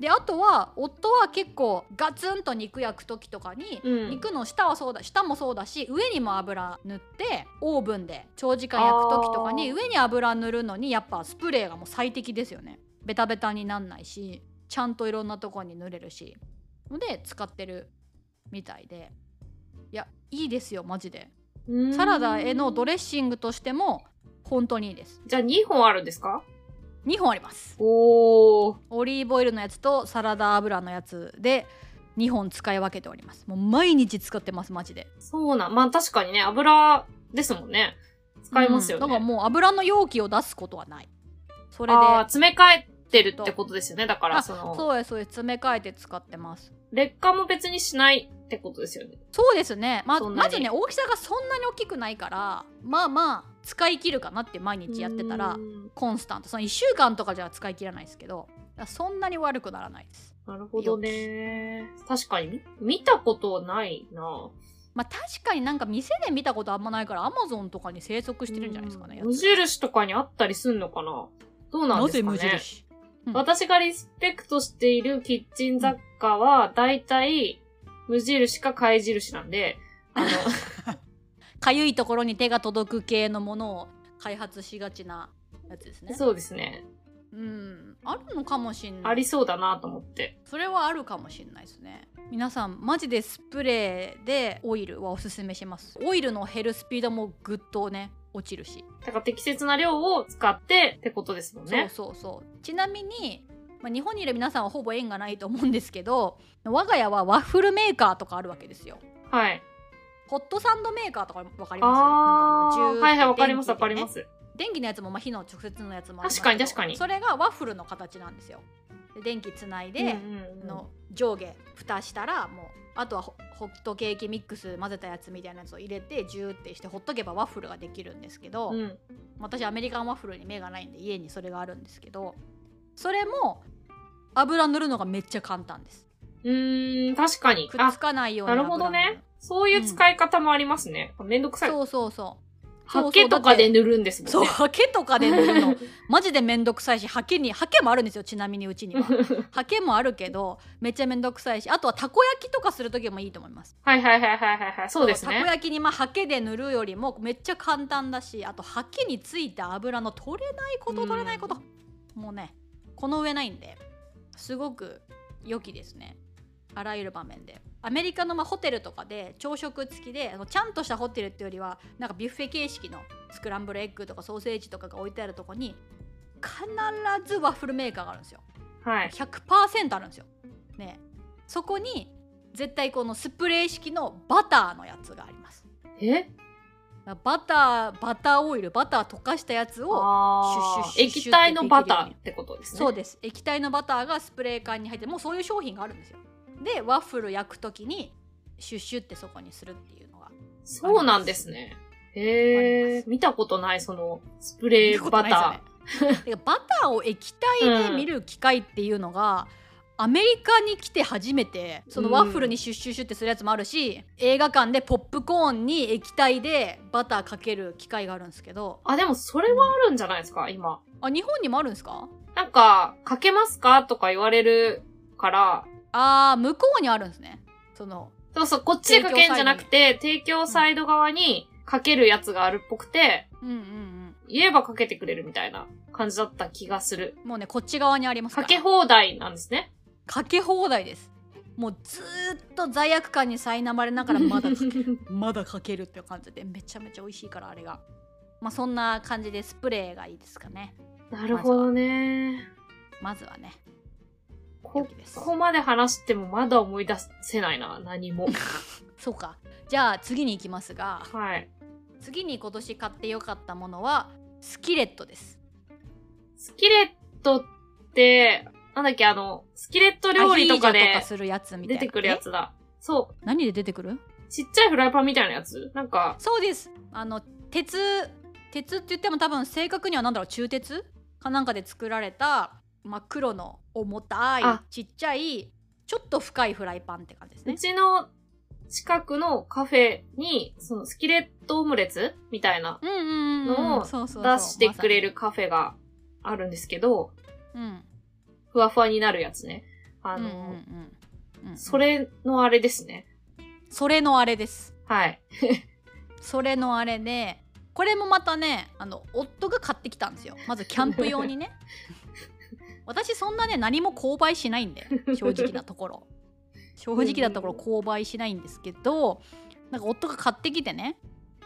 [SPEAKER 1] であとは夫は結構ガツンと肉焼く時とかに
[SPEAKER 2] うん、うん。
[SPEAKER 1] 肉の下はそうだ下もそうだし上にも油塗ってオーブンで長時間焼く時とかに
[SPEAKER 2] あー
[SPEAKER 1] 上に油塗るのにやっぱスプレーがもう最適ですよねベタベタになんないしちゃんといろんなとこに塗れるしので使ってるみたいでいやいいですよマジで
[SPEAKER 2] うーん
[SPEAKER 1] サラダへのドレッシングとしても本当にいいです
[SPEAKER 2] じゃあ2本あるんですか
[SPEAKER 1] 2本あります
[SPEAKER 2] おー。
[SPEAKER 1] オリーブオイルのやつとサラダ油のやつで2本使い分けておりますもう毎日使ってますマジで
[SPEAKER 2] そうなん。まあ確かにね、油ですもんね。使いますよね。
[SPEAKER 1] うんだからもう油の容器を出すことはないそれで
[SPEAKER 2] ああ、詰め替えてるってことですよね。だから、
[SPEAKER 1] あ
[SPEAKER 2] その、
[SPEAKER 1] そうですそうです詰め替えて使ってます
[SPEAKER 2] 劣化も別にしないってことですよね。
[SPEAKER 1] そうですねま
[SPEAKER 2] そんなに
[SPEAKER 1] まずね大きさがそんなに大きくないからまあまあ使い切るかなって毎日やってた
[SPEAKER 2] う
[SPEAKER 1] ら
[SPEAKER 2] ーん
[SPEAKER 1] コンスタントその1週間とかじゃ使い切らないですけどだからそんなに悪くならないです
[SPEAKER 2] なるほどね。確かにみ、見たことないな。
[SPEAKER 1] まあ確かになんか店で見たことあんまないからアマゾンとかに生息してるんじゃないですかね
[SPEAKER 2] うん無
[SPEAKER 1] やつ
[SPEAKER 2] 印とかにあったりすんのかなどうなん
[SPEAKER 1] な
[SPEAKER 2] です
[SPEAKER 1] ぜ
[SPEAKER 2] かね
[SPEAKER 1] 無印うん
[SPEAKER 2] 私がリスペクトしているキッチン雑貨は、だいたい無印か貝印なんで、あの、
[SPEAKER 1] かゆいところに手が届く系のものを開発しがちなやつですね
[SPEAKER 2] そうですね。
[SPEAKER 1] うん、あるのかもしんない
[SPEAKER 2] ありそうだなと思って。
[SPEAKER 1] それはあるかもしんないですね皆さんマジでスプレーでオイルはおすすめしますオイルの減るスピードもぐっとね落ちるし、
[SPEAKER 2] だから適切な量を使ってってことですもんね。
[SPEAKER 1] そうそうそうちなみに、まあ、日本にいる皆さんはほぼ縁がないと思うんですけど我が家はワッフルメーカーとかあるわけですよ
[SPEAKER 2] はい。
[SPEAKER 1] ホットサンドメーカーとかわかりま
[SPEAKER 2] あ
[SPEAKER 1] す
[SPEAKER 2] あ
[SPEAKER 1] なんかもうジューって
[SPEAKER 2] ー、はいはい、わかりますわ
[SPEAKER 1] 電気
[SPEAKER 2] か
[SPEAKER 1] でね
[SPEAKER 2] ります。
[SPEAKER 1] 電気のやつも、まあ、火の直接のやつもあります
[SPEAKER 2] 確かに確かに
[SPEAKER 1] それがワッフルの形なんですよで電気つないで、
[SPEAKER 2] うんうんうん
[SPEAKER 1] の上下蓋したらもうあとはホホットケーキミックス混ぜたやつみたいなやつを入れてジューってしてほっとけばワッフルができるんですけど、
[SPEAKER 2] うん。
[SPEAKER 1] 私アメリカンワッフルに目がないんで家にそれがあるんですけどそれも油塗るのがめっちゃ簡単です
[SPEAKER 2] うーん、確かに。
[SPEAKER 1] くっ
[SPEAKER 2] あ
[SPEAKER 1] つ、かないように
[SPEAKER 2] なるほどね。そういう使い方もありますね。めんどくさい。
[SPEAKER 1] 油塗るそうそうそうそう
[SPEAKER 2] ハケとかで塗るんですもんね。。
[SPEAKER 1] そうハケとかで塗るの マジでめんどくさいしハケにハケもあるんですよちなみにうちには ハケもあるけどめっちゃめんどくさいしあとはたこ焼きとかする時もいいと思います
[SPEAKER 2] はいはいはいはいはいはい。そうです
[SPEAKER 1] たこ
[SPEAKER 2] ね。
[SPEAKER 1] 焼きにまあハケで塗るよりもめっちゃ簡単だしあとハケについた油の取れないこと
[SPEAKER 2] うん
[SPEAKER 1] 取れないこと、もうねこの上ないんですごく良きですねあらゆる場面でアメリカのまあホテルとかで朝食付きであのちゃんとしたホテルっていうよりはなんかビュッフェ形式のスクランブルエッグとかソーセージとかが置いてあるとこに必ずワッフルメーカーがあるんですよ
[SPEAKER 2] はい。
[SPEAKER 1] 100%あるんですよ。ねそこに絶対このスプレー式のバターのやつがあります。
[SPEAKER 2] え
[SPEAKER 1] バターバターオイルバター溶かしたやつを
[SPEAKER 2] あ
[SPEAKER 1] シュッシュ
[SPEAKER 2] ー
[SPEAKER 1] ッシュッ
[SPEAKER 2] 液体のバターってことですね。
[SPEAKER 1] そうです液体のバターがスプレー缶に入ってもうそういう商品があるんですよ。でワッフル焼く時にシュッシュってそこにするっていうのが
[SPEAKER 2] そうなんですね。へ
[SPEAKER 1] ありま
[SPEAKER 2] え、見たことない、その、スプレーバタ
[SPEAKER 1] ー、 てかバターを液体で見る機会っていうのが、アメリカに来て初めてそのワッフルにシュッシュッシュッってするやつもあるし、映画館でポップコーンに液体でバターかける機会があるんですけど
[SPEAKER 2] ー。あ、でもそれはあるんじゃないですか、今。
[SPEAKER 1] あ日本にもあるんですか
[SPEAKER 2] なんか、かけますかとか言われるから、
[SPEAKER 1] あー向こうにあるんですねその
[SPEAKER 2] そうそう、こっちでかけんじゃなくて、提供サイド側にかけるやつがあるっぽくて、
[SPEAKER 1] うんうんうん
[SPEAKER 2] 言えばかけてくれるみたいな感じだった気がする。
[SPEAKER 1] もうねこっち側にありますか
[SPEAKER 2] からけ放題なんですね。
[SPEAKER 1] かけ放題ですもうずーっと罪悪感に苛まれながらまだかけ まだかけるっていう感じでめちゃめちゃ美味しいからあれがまあそんな感じでスプレーがいいですかね
[SPEAKER 2] なるほどね。
[SPEAKER 1] まずはね
[SPEAKER 2] こ
[SPEAKER 1] 良きです
[SPEAKER 2] こまで話してもまだ思い出せないな、何も。
[SPEAKER 1] そうかじゃあ次に行きますが
[SPEAKER 2] はい。
[SPEAKER 1] 次に今年買ってよかったものはスキレットです
[SPEAKER 2] スキレットって、なんだっけ、あの、スキレット料理とか
[SPEAKER 1] アヒージョ
[SPEAKER 2] で
[SPEAKER 1] とかするやつみたい
[SPEAKER 2] 出
[SPEAKER 1] な
[SPEAKER 2] てくるやつだ。そ
[SPEAKER 1] え何で出てくる
[SPEAKER 2] う。ちっちゃいフライパンみたいなやつなんか、
[SPEAKER 1] そうですあの鉄鉄って言っても多分正確には何だろう鋳鉄かなんかで作られた真っ黒の重たい
[SPEAKER 2] あ
[SPEAKER 1] ちっちゃいちょっと深いフライパンって感じです
[SPEAKER 2] う
[SPEAKER 1] ね。
[SPEAKER 2] ちの近くのカフェに、そのスキレットオムレツみたいな、
[SPEAKER 1] うんうんうんう
[SPEAKER 2] の
[SPEAKER 1] ん、
[SPEAKER 2] を
[SPEAKER 1] そうそうそう
[SPEAKER 2] 出してくれるカフェがあるんですけど、
[SPEAKER 1] まさにうん
[SPEAKER 2] ふわふわになるやつね。あの、
[SPEAKER 1] うんうんうんうん
[SPEAKER 2] それのあれですね。
[SPEAKER 1] それのあれです。
[SPEAKER 2] はい。
[SPEAKER 1] それのあれでこれもまたねあの夫が買ってきたんですよまずキャンプ用に ね私そんなね何も購買しないんで正直なところ正直なところ購買しないんですけどなんか夫が買ってきてね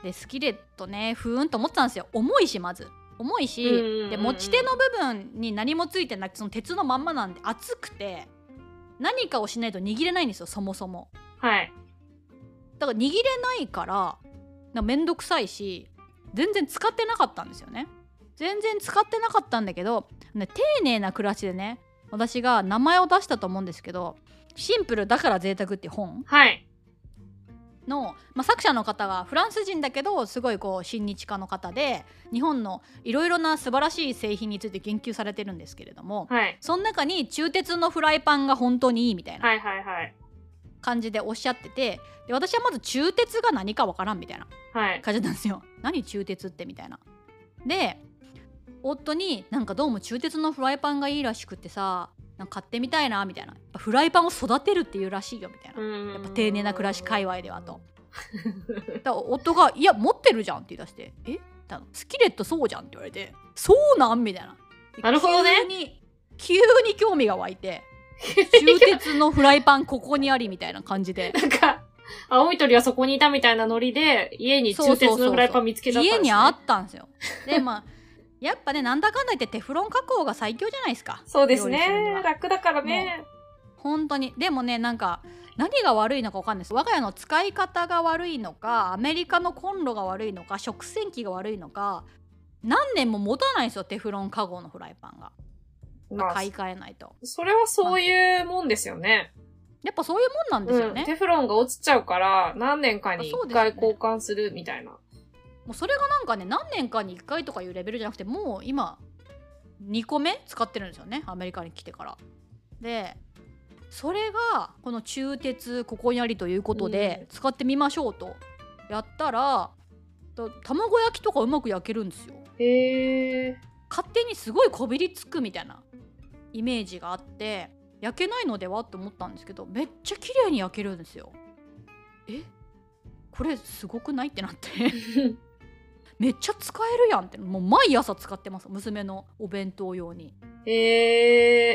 [SPEAKER 1] でスキレットねふーんと思ってたんですよ重いしまず重いし、
[SPEAKER 2] うんうんうんうん
[SPEAKER 1] で持ち手の部分に何もついてなくてその鉄のまんまなんで熱くて何かをしないと握れないんですよそもそも
[SPEAKER 2] はい。
[SPEAKER 1] だから握れないからなんかめんどくさいし全然使ってなかったんですよね全然使ってなかったんだけど、ね、丁寧な暮らしでね私が名前を出したと思うんですけど「シンプルだから贅沢っていう本
[SPEAKER 2] はい。
[SPEAKER 1] の、まあ、作者の方がフランス人だけどすごいこう親日家の方で日本のいろいろな素晴らしい製品について言及されてるんですけれども
[SPEAKER 2] はい。
[SPEAKER 1] その中に鋳鉄のフライパンが本当にいいみたいな
[SPEAKER 2] はいはいはい。
[SPEAKER 1] 感じでおっしゃっててで私はまず鋳鉄が何かわからんみたいな
[SPEAKER 2] はい。
[SPEAKER 1] 感じなんですよ。何中鉄ってみたいな。で夫になんかどうも中鉄のフライパンがいいらしくってさなんか買ってみたいなみたいなやっぱフライパンを育てるっていうらしいよみたいな、や
[SPEAKER 2] や
[SPEAKER 1] っぱ丁寧な暮らし界隈ではと。だから夫が「いや持ってるじゃん」って言い出して「えだスキレットそうじゃん」って言われて「そうなん?」みたいな。で
[SPEAKER 2] なるほどね
[SPEAKER 1] 急に急に興味が湧いて中鉄のフライパンここにありみたいな感じで
[SPEAKER 2] なんか、青い鳥はそこにいたみたいなノリで、家に中鉄のフライパン見つけちゃった
[SPEAKER 1] 家
[SPEAKER 2] んです、ね、
[SPEAKER 1] にあったんですよでまあやっぱねなんだかんだ言ってテフロン加工が最強じゃないですか
[SPEAKER 2] そうです
[SPEAKER 1] 料理するには
[SPEAKER 2] ね。楽だからね。
[SPEAKER 1] 本当にでもねなんか何が悪いのか分かんないです我が家の使い方が悪いのかアメリカのコンロが悪いのか食洗機が悪いのか何年も持たないんですよテフロン加工のフライパンが
[SPEAKER 2] まあ
[SPEAKER 1] 買い、替えないと
[SPEAKER 2] それはそういうもんですよね。
[SPEAKER 1] やっぱそういうもんなんですよ
[SPEAKER 2] う
[SPEAKER 1] ね
[SPEAKER 2] ん。、テフロンが落ちちゃうから、何年か
[SPEAKER 1] あ
[SPEAKER 2] に
[SPEAKER 1] そう
[SPEAKER 2] 一
[SPEAKER 1] ですよね
[SPEAKER 2] 回交換するみたいな。
[SPEAKER 1] もうそれがなんかね何年かに1回とかいうレベルじゃなくてもう今2個目使ってるんですよねアメリカに来てから。でそれがこの中鉄ここにありということで使ってみましょうとやったら、と卵焼きとかうまく焼けるんですよ。
[SPEAKER 2] へえ。
[SPEAKER 1] 勝手にすごいこびりつくみたいなイメージがあって焼けないのではって思ったんですけどめっちゃ綺麗に焼けるんですよ。えこれすごくないってなって。めっちゃ使えるやんってもう毎朝使ってます娘のお弁当用に
[SPEAKER 2] へ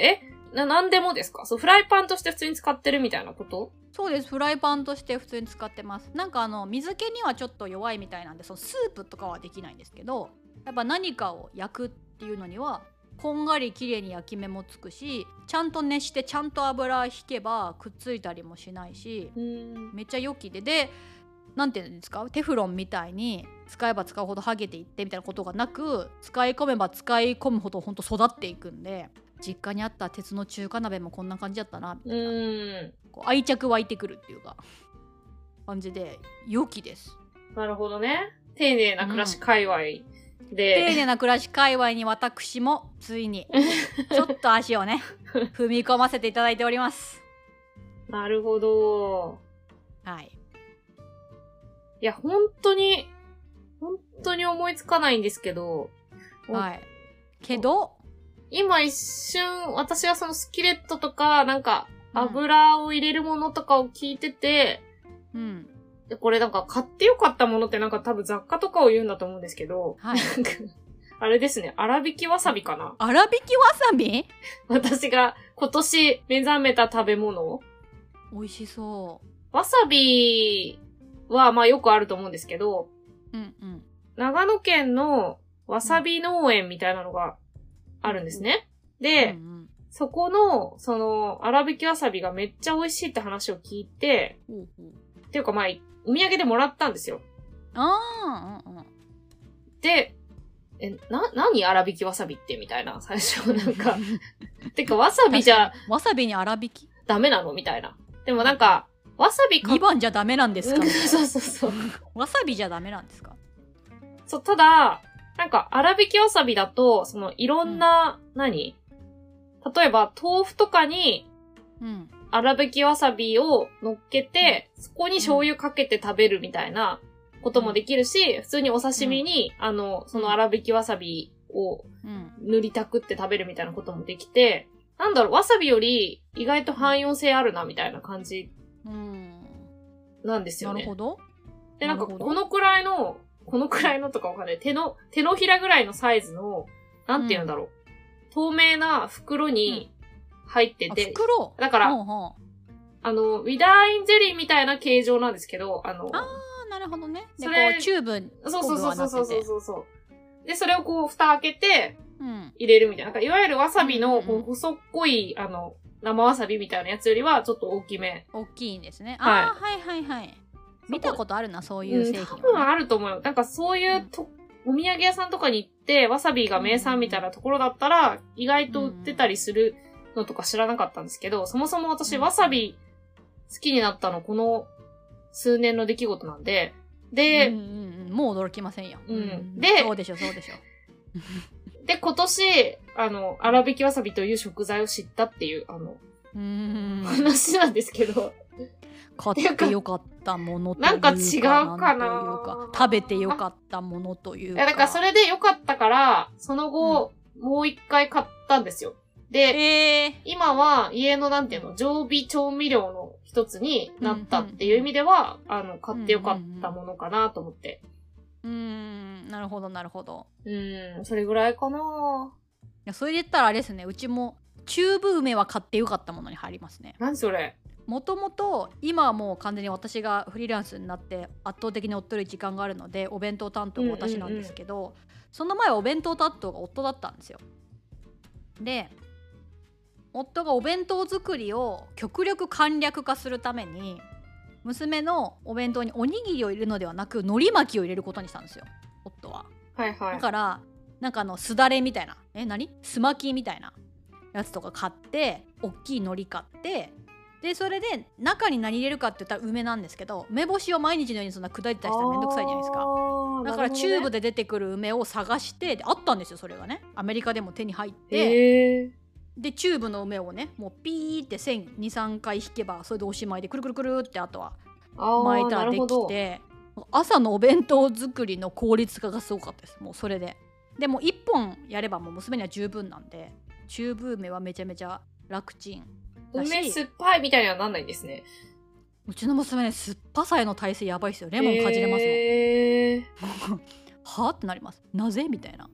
[SPEAKER 2] え。えな、なんでもですかそう、フライパンとして普通に使ってるみたいなこと
[SPEAKER 1] そうですフライパンとして普通に使ってますなんかあの水気にはちょっと弱いみたいなんでそのスープとかはできないんですけどやっぱ何かを焼くっていうのにはこんがり綺麗に焼き目もつくしちゃんと熱してちゃんと油引けばくっついたりもしないし
[SPEAKER 2] うん。
[SPEAKER 1] めっちゃ良きででなんていうんですかテフロンみたいに使えば使うほど剥げていってみたいなことがなく使い込めば使い込むほどほんと育っていくんで実家にあった鉄の中華鍋もこんな感じだったなみたいな、
[SPEAKER 2] うん。
[SPEAKER 1] こう愛着湧いてくるっていうか感じで良きです
[SPEAKER 2] なるほどね。丁寧な暮らし界隈で、
[SPEAKER 1] 丁寧な暮らし界隈に私もついにちょっと足をね踏み込ませていただいております
[SPEAKER 2] なるほど。
[SPEAKER 1] はい
[SPEAKER 2] いや、本当に、本当に思いつかないんですけど、お
[SPEAKER 1] はいけど
[SPEAKER 2] 今一瞬、私はそのスキレットとか、なんか、
[SPEAKER 1] うん
[SPEAKER 2] 油を入れるものとかを聞いてて、
[SPEAKER 1] うん
[SPEAKER 2] でこれなんか買ってよかったものってなんか多分雑貨とかを言うんだと思うんですけど、
[SPEAKER 1] はい
[SPEAKER 2] なんかあれですね、粗挽きわさびかな。
[SPEAKER 1] 粗挽きわさび
[SPEAKER 2] 私が今年目覚めた食べ物。
[SPEAKER 1] 美味しそ
[SPEAKER 2] わさびはまあよくあると思うんですけど、
[SPEAKER 1] ううんうん
[SPEAKER 2] 長野県のわさび農園みたいなのがあるんですね。
[SPEAKER 1] う
[SPEAKER 2] で、
[SPEAKER 1] ん
[SPEAKER 2] そこの、その、粗挽きわさびがめっちゃ美味しいって話を聞いて、
[SPEAKER 1] うん、ほうほう
[SPEAKER 2] っていうかまあ、お土産でもらったんですよ。
[SPEAKER 1] あーうんうん
[SPEAKER 2] で、え、な、何粗挽きわさびってみたいな、最初なんか。てか、わさびじゃ
[SPEAKER 1] わさびに粗挽き
[SPEAKER 2] ダメなのみたいな。でもなんか、わさびか
[SPEAKER 1] 2番じゃダメなんですか
[SPEAKER 2] そうそうそう。
[SPEAKER 1] わさびじゃダメなんですか
[SPEAKER 2] そう、ただ、なんか、粗挽きわさびだと、その、いろんな、何例えば、豆腐とかに、
[SPEAKER 1] うん
[SPEAKER 2] 粗挽きわさびを乗っけて、そこに醤油かけて食べるみたいなこともできるし、普通にお刺身に、あの、その粗挽きわさびを
[SPEAKER 1] うん
[SPEAKER 2] 塗りたくって食べるみたいなこともできて、なんだろう、わさびより意外と汎用性あるな、みたいな感じ
[SPEAKER 1] うん
[SPEAKER 2] なんですよ
[SPEAKER 1] な
[SPEAKER 2] ね。
[SPEAKER 1] るほど
[SPEAKER 2] で、なんか、
[SPEAKER 1] なるほど
[SPEAKER 2] このくらいの、このくらいのとかわかんない。手の、手のひらぐらいのサイズの、なんて言うんだろう。透明な袋に入って
[SPEAKER 1] あ
[SPEAKER 2] て、
[SPEAKER 1] 袋
[SPEAKER 2] だから
[SPEAKER 1] ほうほう
[SPEAKER 2] あの、ウィダーインゼリーみたいな形状なんですけど、あの、
[SPEAKER 1] ああなるほどねで
[SPEAKER 2] そ
[SPEAKER 1] こ
[SPEAKER 2] れ
[SPEAKER 1] うチューブに
[SPEAKER 2] そうそうそうそうそう
[SPEAKER 1] コブはなってて
[SPEAKER 2] そうそう。で、それをこう、蓋開けて
[SPEAKER 1] うん
[SPEAKER 2] 入れるみたいな。なんかいわゆるわさび
[SPEAKER 1] うん
[SPEAKER 2] の、
[SPEAKER 1] うん
[SPEAKER 2] こ
[SPEAKER 1] う
[SPEAKER 2] うん細っこい、あの、生わさびみたいなやつよりは、ちょっと大きめ。
[SPEAKER 1] 大きいんですね
[SPEAKER 2] はい
[SPEAKER 1] あーはいはいはい見たことあるなそういううん製
[SPEAKER 2] 多
[SPEAKER 1] 品
[SPEAKER 2] 分
[SPEAKER 1] はね
[SPEAKER 2] あると思うよ。なんかそういうと、お土産屋さんとかに行って、わさびが名産みたいなところだったら、意外と売ってたりするのとか知らなかったんですけど、そもそも私、
[SPEAKER 1] うん
[SPEAKER 2] わさび好きになったの、この数年の出来事なんで、で、
[SPEAKER 1] うんうんうんもう驚きませんよ
[SPEAKER 2] うん
[SPEAKER 1] うん
[SPEAKER 2] で
[SPEAKER 1] そうでしょそうでしょ
[SPEAKER 2] で、今年、あの、粗挽きわさびという食材を知ったっていう、あの、
[SPEAKER 1] うー ん
[SPEAKER 2] 話なんですけど、
[SPEAKER 1] 買ってよかったものという
[SPEAKER 2] なんか違うかなん
[SPEAKER 1] というか食べてよかったものという
[SPEAKER 2] い
[SPEAKER 1] か
[SPEAKER 2] やだからそれで良かったから、その後、もう一回買ったんですよ。で、
[SPEAKER 1] ええ
[SPEAKER 2] 今は家のなんていうの、常備調味料の一つになったっていう意味では、あの、買ってよかったものかなと思って。
[SPEAKER 1] うーんなるほどなるほど
[SPEAKER 2] うーん、それぐらいかない
[SPEAKER 1] やそれで言ったらあれですねうちもチューブ梅は買ってよかったものに入りますね
[SPEAKER 2] 何それ
[SPEAKER 1] もともと今はもう完全に私がフリーランスになって圧倒的に夫より時間があるのでお弁当担当が私なんですけど、その前はお弁当担当が夫だったんですよで夫がお弁当作りを極力簡略化するために娘のお弁当におにぎりを入れるのではなく海苔巻きを入れることにしたんですよ夫は
[SPEAKER 2] はいは
[SPEAKER 1] だ
[SPEAKER 2] い。
[SPEAKER 1] からなんかあのすだれみたいなえ何すまきみたいなやつとか買って大きい海苔買ってでそれで中に何入れるかって言ったら梅なんですけど梅干しを毎日のようにそんな砕いてたりしたらめんどくさいじゃないですか。
[SPEAKER 2] か
[SPEAKER 1] だからチューブ
[SPEAKER 2] で。
[SPEAKER 1] で出てくる梅を探してであったんですよそれがねアメリカでも手に入って、
[SPEAKER 2] へえ
[SPEAKER 1] でチューブの梅をねもうピーって1023回引けばそれでおしまいでくるくるくるってあとは
[SPEAKER 2] あ
[SPEAKER 1] 巻い
[SPEAKER 2] ー、
[SPEAKER 1] た
[SPEAKER 2] な
[SPEAKER 1] ら
[SPEAKER 2] る
[SPEAKER 1] で
[SPEAKER 2] ほ
[SPEAKER 1] き
[SPEAKER 2] ど。
[SPEAKER 1] て朝のお弁当作りの効率化がすごかったですもうそれででも1本やればもう娘には十分なんでチューブ梅はめちゃめちゃ楽ちんだし
[SPEAKER 2] 梅酸っぱいみたいにはなんないんですね。
[SPEAKER 1] うちの娘ね酸っぱさへの耐性やばいですよレモンかじれますもん、
[SPEAKER 2] へえ
[SPEAKER 1] はあってなりますなぜみたいな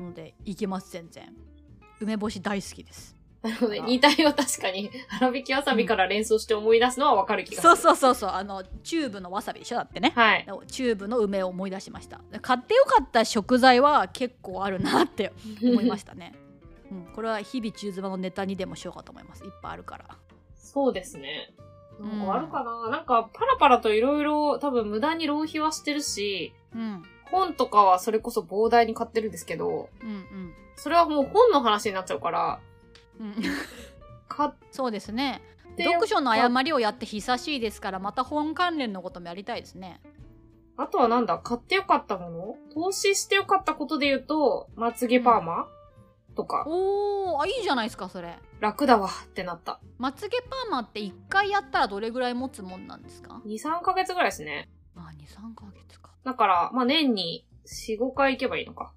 [SPEAKER 1] のでいけます全然梅干し大好きです
[SPEAKER 2] なるほどね。似たよ、確か に。粗挽きわさびから連想して思い出すのはわかる気がす
[SPEAKER 1] そう
[SPEAKER 2] る。
[SPEAKER 1] そうそうそうあのチューブのわさびでしょだってね
[SPEAKER 2] はい。
[SPEAKER 1] チューブの梅を思い出しました買ってよかった食材は結構あるなって思いましたね。うん、これは日々中妻のネタにでもしようかと思います。いっぱいあるから。
[SPEAKER 2] そうですね。
[SPEAKER 1] うん
[SPEAKER 2] なんかあるかな、なんかパラパラといろいろ多分無駄に浪費はしてるし、
[SPEAKER 1] うん、
[SPEAKER 2] 本とかはそれこそ膨大に買ってるんですけど、
[SPEAKER 1] うん、うん、
[SPEAKER 2] それはもう本の話になっちゃうから、
[SPEAKER 1] うん、
[SPEAKER 2] 買っ
[SPEAKER 1] そうですね。
[SPEAKER 2] てよか
[SPEAKER 1] 読
[SPEAKER 2] った
[SPEAKER 1] 書の誤りをやって久しいですからまた本関連のこともやりたいですね
[SPEAKER 2] あとはなんだ買ってよかったもの投資してよかったことで言うと、まつげパーマ、とか、
[SPEAKER 1] おーあいいじゃないですかそれ
[SPEAKER 2] 楽だわってなった。
[SPEAKER 1] まつげパーマって1回やったらどれぐらい持つもんなんですか
[SPEAKER 2] 2、3ヶ月ぐらいですね。
[SPEAKER 1] まあ23ヶ月か
[SPEAKER 2] だから、まあ年に4、5回行けばいいのか。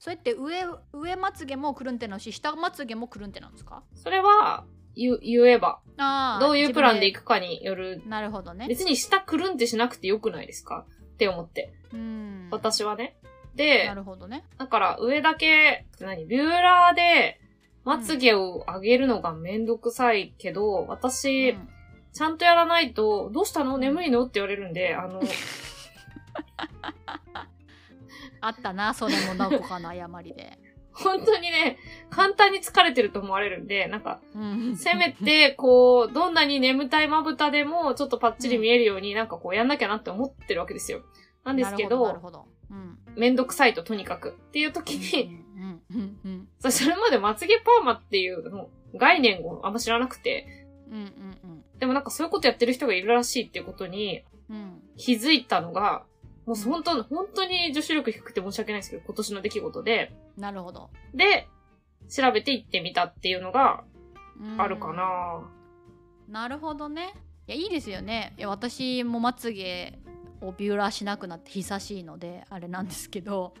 [SPEAKER 1] それって上上まつげもくるんってなのし下まつげもくるんってなんですか
[SPEAKER 2] それは、言、言えば、
[SPEAKER 1] ああ
[SPEAKER 2] どういうプランで
[SPEAKER 1] く
[SPEAKER 2] 行くかによる。
[SPEAKER 1] なるほどね
[SPEAKER 2] 別に下くるんってしなくてよくないですかって思って。
[SPEAKER 1] うん
[SPEAKER 2] 私はね。で
[SPEAKER 1] な、るほどね
[SPEAKER 2] だから上だけ、何ビューラーで、まつげを上げるのがめんどくさいけど、私、
[SPEAKER 1] うん
[SPEAKER 2] ちゃんとやらないと、どうしたの眠いのって言われるんで、あの、
[SPEAKER 1] あったなそれも何個かの誤りで、
[SPEAKER 2] 本当にね、簡単に疲れてると思われるんで、なんか、
[SPEAKER 1] うん、
[SPEAKER 2] せめて、こう、どんなに眠たいまぶたでも、ちょっとパッチリ見えるように、なんかこう、やんなきゃなって思ってるわけですよ。なんですけ
[SPEAKER 1] なる
[SPEAKER 2] ど、
[SPEAKER 1] ほどなるほどうん
[SPEAKER 2] めんどくさいととにかく。っていう時に、
[SPEAKER 1] うんうんうん
[SPEAKER 2] そうそれまでまつげパーマっていうの概念をあんま知らなくて、
[SPEAKER 1] うんうんうん
[SPEAKER 2] でもなんかそういうことやってる人がいるらしいっていうことに
[SPEAKER 1] うん
[SPEAKER 2] 気づいたのが、もう本当、本当に女子力低くて申し訳ないですけど、今年の出来事で、
[SPEAKER 1] なるほど、
[SPEAKER 2] で、調べて行ってみたっていうのが
[SPEAKER 1] うん
[SPEAKER 2] あるかな、
[SPEAKER 1] なるほどねいやいいですよねいや私もまつげをビューラーしなくなって久しいのであれなんですけど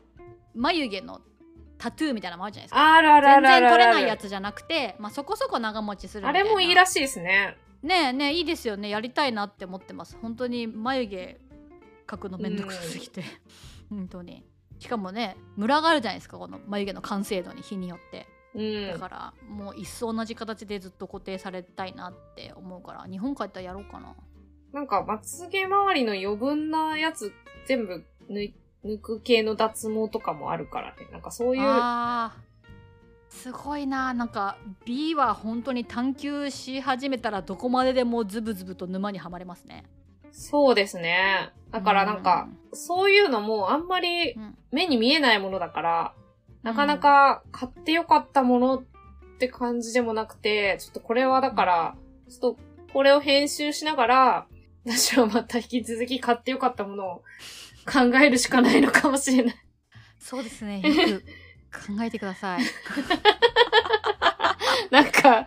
[SPEAKER 1] 眉毛のタトゥーみたいなのもあるじゃないですか
[SPEAKER 2] あるあ
[SPEAKER 1] 全然取れないやつじゃなくて、まあ、そこそこ長持ちするみ
[SPEAKER 2] あ
[SPEAKER 1] たいな
[SPEAKER 2] れもいいらしいですね。
[SPEAKER 1] ねえねえいいですよねやりたいなって思ってます本当に眉毛描くのめんどくさすぎて 本当にしかもねムラがあるじゃないですかこの眉毛の完成度に日によって
[SPEAKER 2] う
[SPEAKER 1] だ
[SPEAKER 2] ん。
[SPEAKER 1] からもう一層同じ形でずっと固定されたいなって思うから日本帰ったらやろうかな
[SPEAKER 2] なんか、まつげ周りの余分なやつ全部抜い抜く系の脱毛とかもあるからね。なんかそういう、
[SPEAKER 1] あーすごいななんか B は本当に探求し始めたらどこまででもズブズブと沼にはまれますね
[SPEAKER 2] そうですね。だからなんか、そういうのもあんまり
[SPEAKER 1] うんうん
[SPEAKER 2] 目に見えないものだから、なかなか買ってよかったものって感じでもなくて、ちょっとこれはだから、ちょっとこれを編集しながら、私はまた引き続き買ってよかったものを考えるしかないのかもしれない。
[SPEAKER 1] そうですねよく考えてくだ さい
[SPEAKER 2] なんか、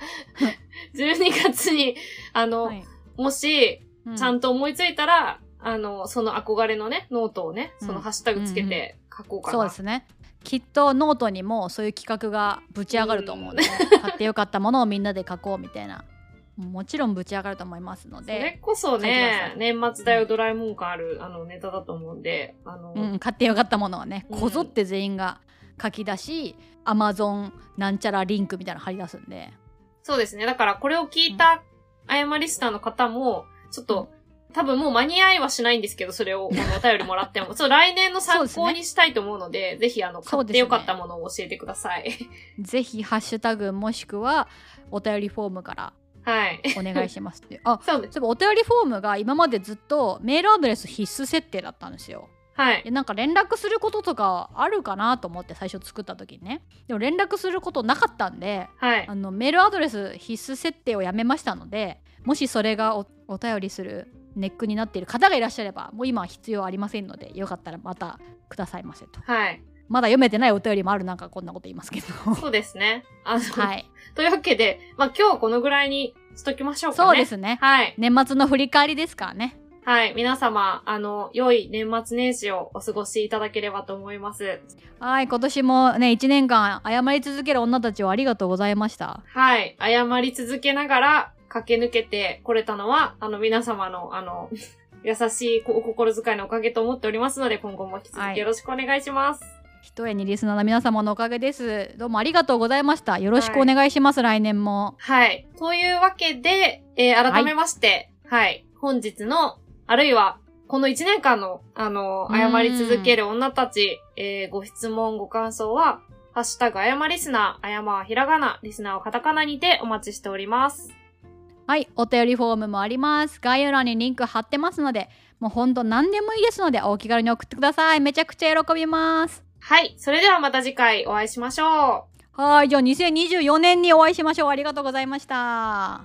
[SPEAKER 2] 12月に、あの、
[SPEAKER 1] はい
[SPEAKER 2] もし、
[SPEAKER 1] う
[SPEAKER 2] ちゃんと思いついたら、あの、その憧れのね、ノートをね、そのハッシュタグつけて書こうかな。
[SPEAKER 1] そうですねきっとノートにもそういう企画がぶち上がると思うので買ってよかったものをみんなで書こうみたいなもちろんぶち上がると思いますの
[SPEAKER 2] それ
[SPEAKER 1] で、
[SPEAKER 2] こそね、
[SPEAKER 1] 書い
[SPEAKER 2] 年末だよドラえもん感ある、あの、ネタだと思うんで、あの、
[SPEAKER 1] うん、買ってよかったものはね
[SPEAKER 2] うん
[SPEAKER 1] こぞって全員が書き出し Amazon なんちゃらリンクみたいなの貼り出すんで
[SPEAKER 2] そうですね。だからこれを聞いた、あやまリスナーの方も、ちょっと、多分もう間に合いはしないんですけど、それを、あ の、お便りもらっても。そう、来年の
[SPEAKER 1] そうで
[SPEAKER 2] 参
[SPEAKER 1] すね
[SPEAKER 2] 考にしたいと思うので、ぜひ、あの、
[SPEAKER 1] そ
[SPEAKER 2] 買
[SPEAKER 1] う
[SPEAKER 2] っ
[SPEAKER 1] です
[SPEAKER 2] て
[SPEAKER 1] ね
[SPEAKER 2] よかったものを教えてください。
[SPEAKER 1] ぜひハッシュタグもしくはお便りフォームから
[SPEAKER 2] はい。
[SPEAKER 1] お願いしますっていうあ
[SPEAKER 2] そうです。
[SPEAKER 1] そういえばお便りフォームが今までずっとメールアドレス必須設定だったんですよ
[SPEAKER 2] はい。
[SPEAKER 1] でなんか連絡することとかあるかなと思って最初作った時にねでも連絡することなかったんで
[SPEAKER 2] はい。
[SPEAKER 1] あのメールアドレス必須設定をやめましたのでもしそれがおお便りするネックになっている方がいらっしゃればもう今は必要ありませんのでよかったらまたくださいませと
[SPEAKER 2] はい。
[SPEAKER 1] まだ読めてないお便りもあるなんかこんなこと言いますけど
[SPEAKER 2] そうですね。あの、
[SPEAKER 1] はい
[SPEAKER 2] というわけで、まあ、今日はこのぐらいにしときましょうかね。
[SPEAKER 1] そうで。すね
[SPEAKER 2] はい。
[SPEAKER 1] 年末の振り返りですからね
[SPEAKER 2] はい。皆様、あの、良い年末年始をお過ごしいただければと思います。
[SPEAKER 1] はい今年もね1年間謝り続ける女たちをありがとうございました
[SPEAKER 2] はい。謝り続けながら駆け抜けてこれたのは、あの、皆様の、あの、 優しいお心遣いのおかげと思っておりますので、今後も引き続
[SPEAKER 1] はい
[SPEAKER 2] きよろしくお願いします。
[SPEAKER 1] ひとえにリスナーの皆様のおかげです。どうもありがとうございました。よろしくお願いします、来年も。
[SPEAKER 2] はい。というわけで、えー改めまして、はい、本日の、あるいは、この1年間の、あの、
[SPEAKER 1] うん
[SPEAKER 2] 謝り続ける女たち、えーご質問、ご感想は、ハッシュタグ、あやまリスナー、あやまはひらがな、リスナーはカタカナにてお待ちしております。
[SPEAKER 1] はい、お便りフォームもあります。概要欄にリンク貼ってますので、もうほんと何でもいいですので、お気軽に送ってください。めちゃくちゃ喜びます。
[SPEAKER 2] はい。それではまた次回お会いしましょう。
[SPEAKER 1] はい、じゃあ2024年にお会いしましょう。ありがとうございました。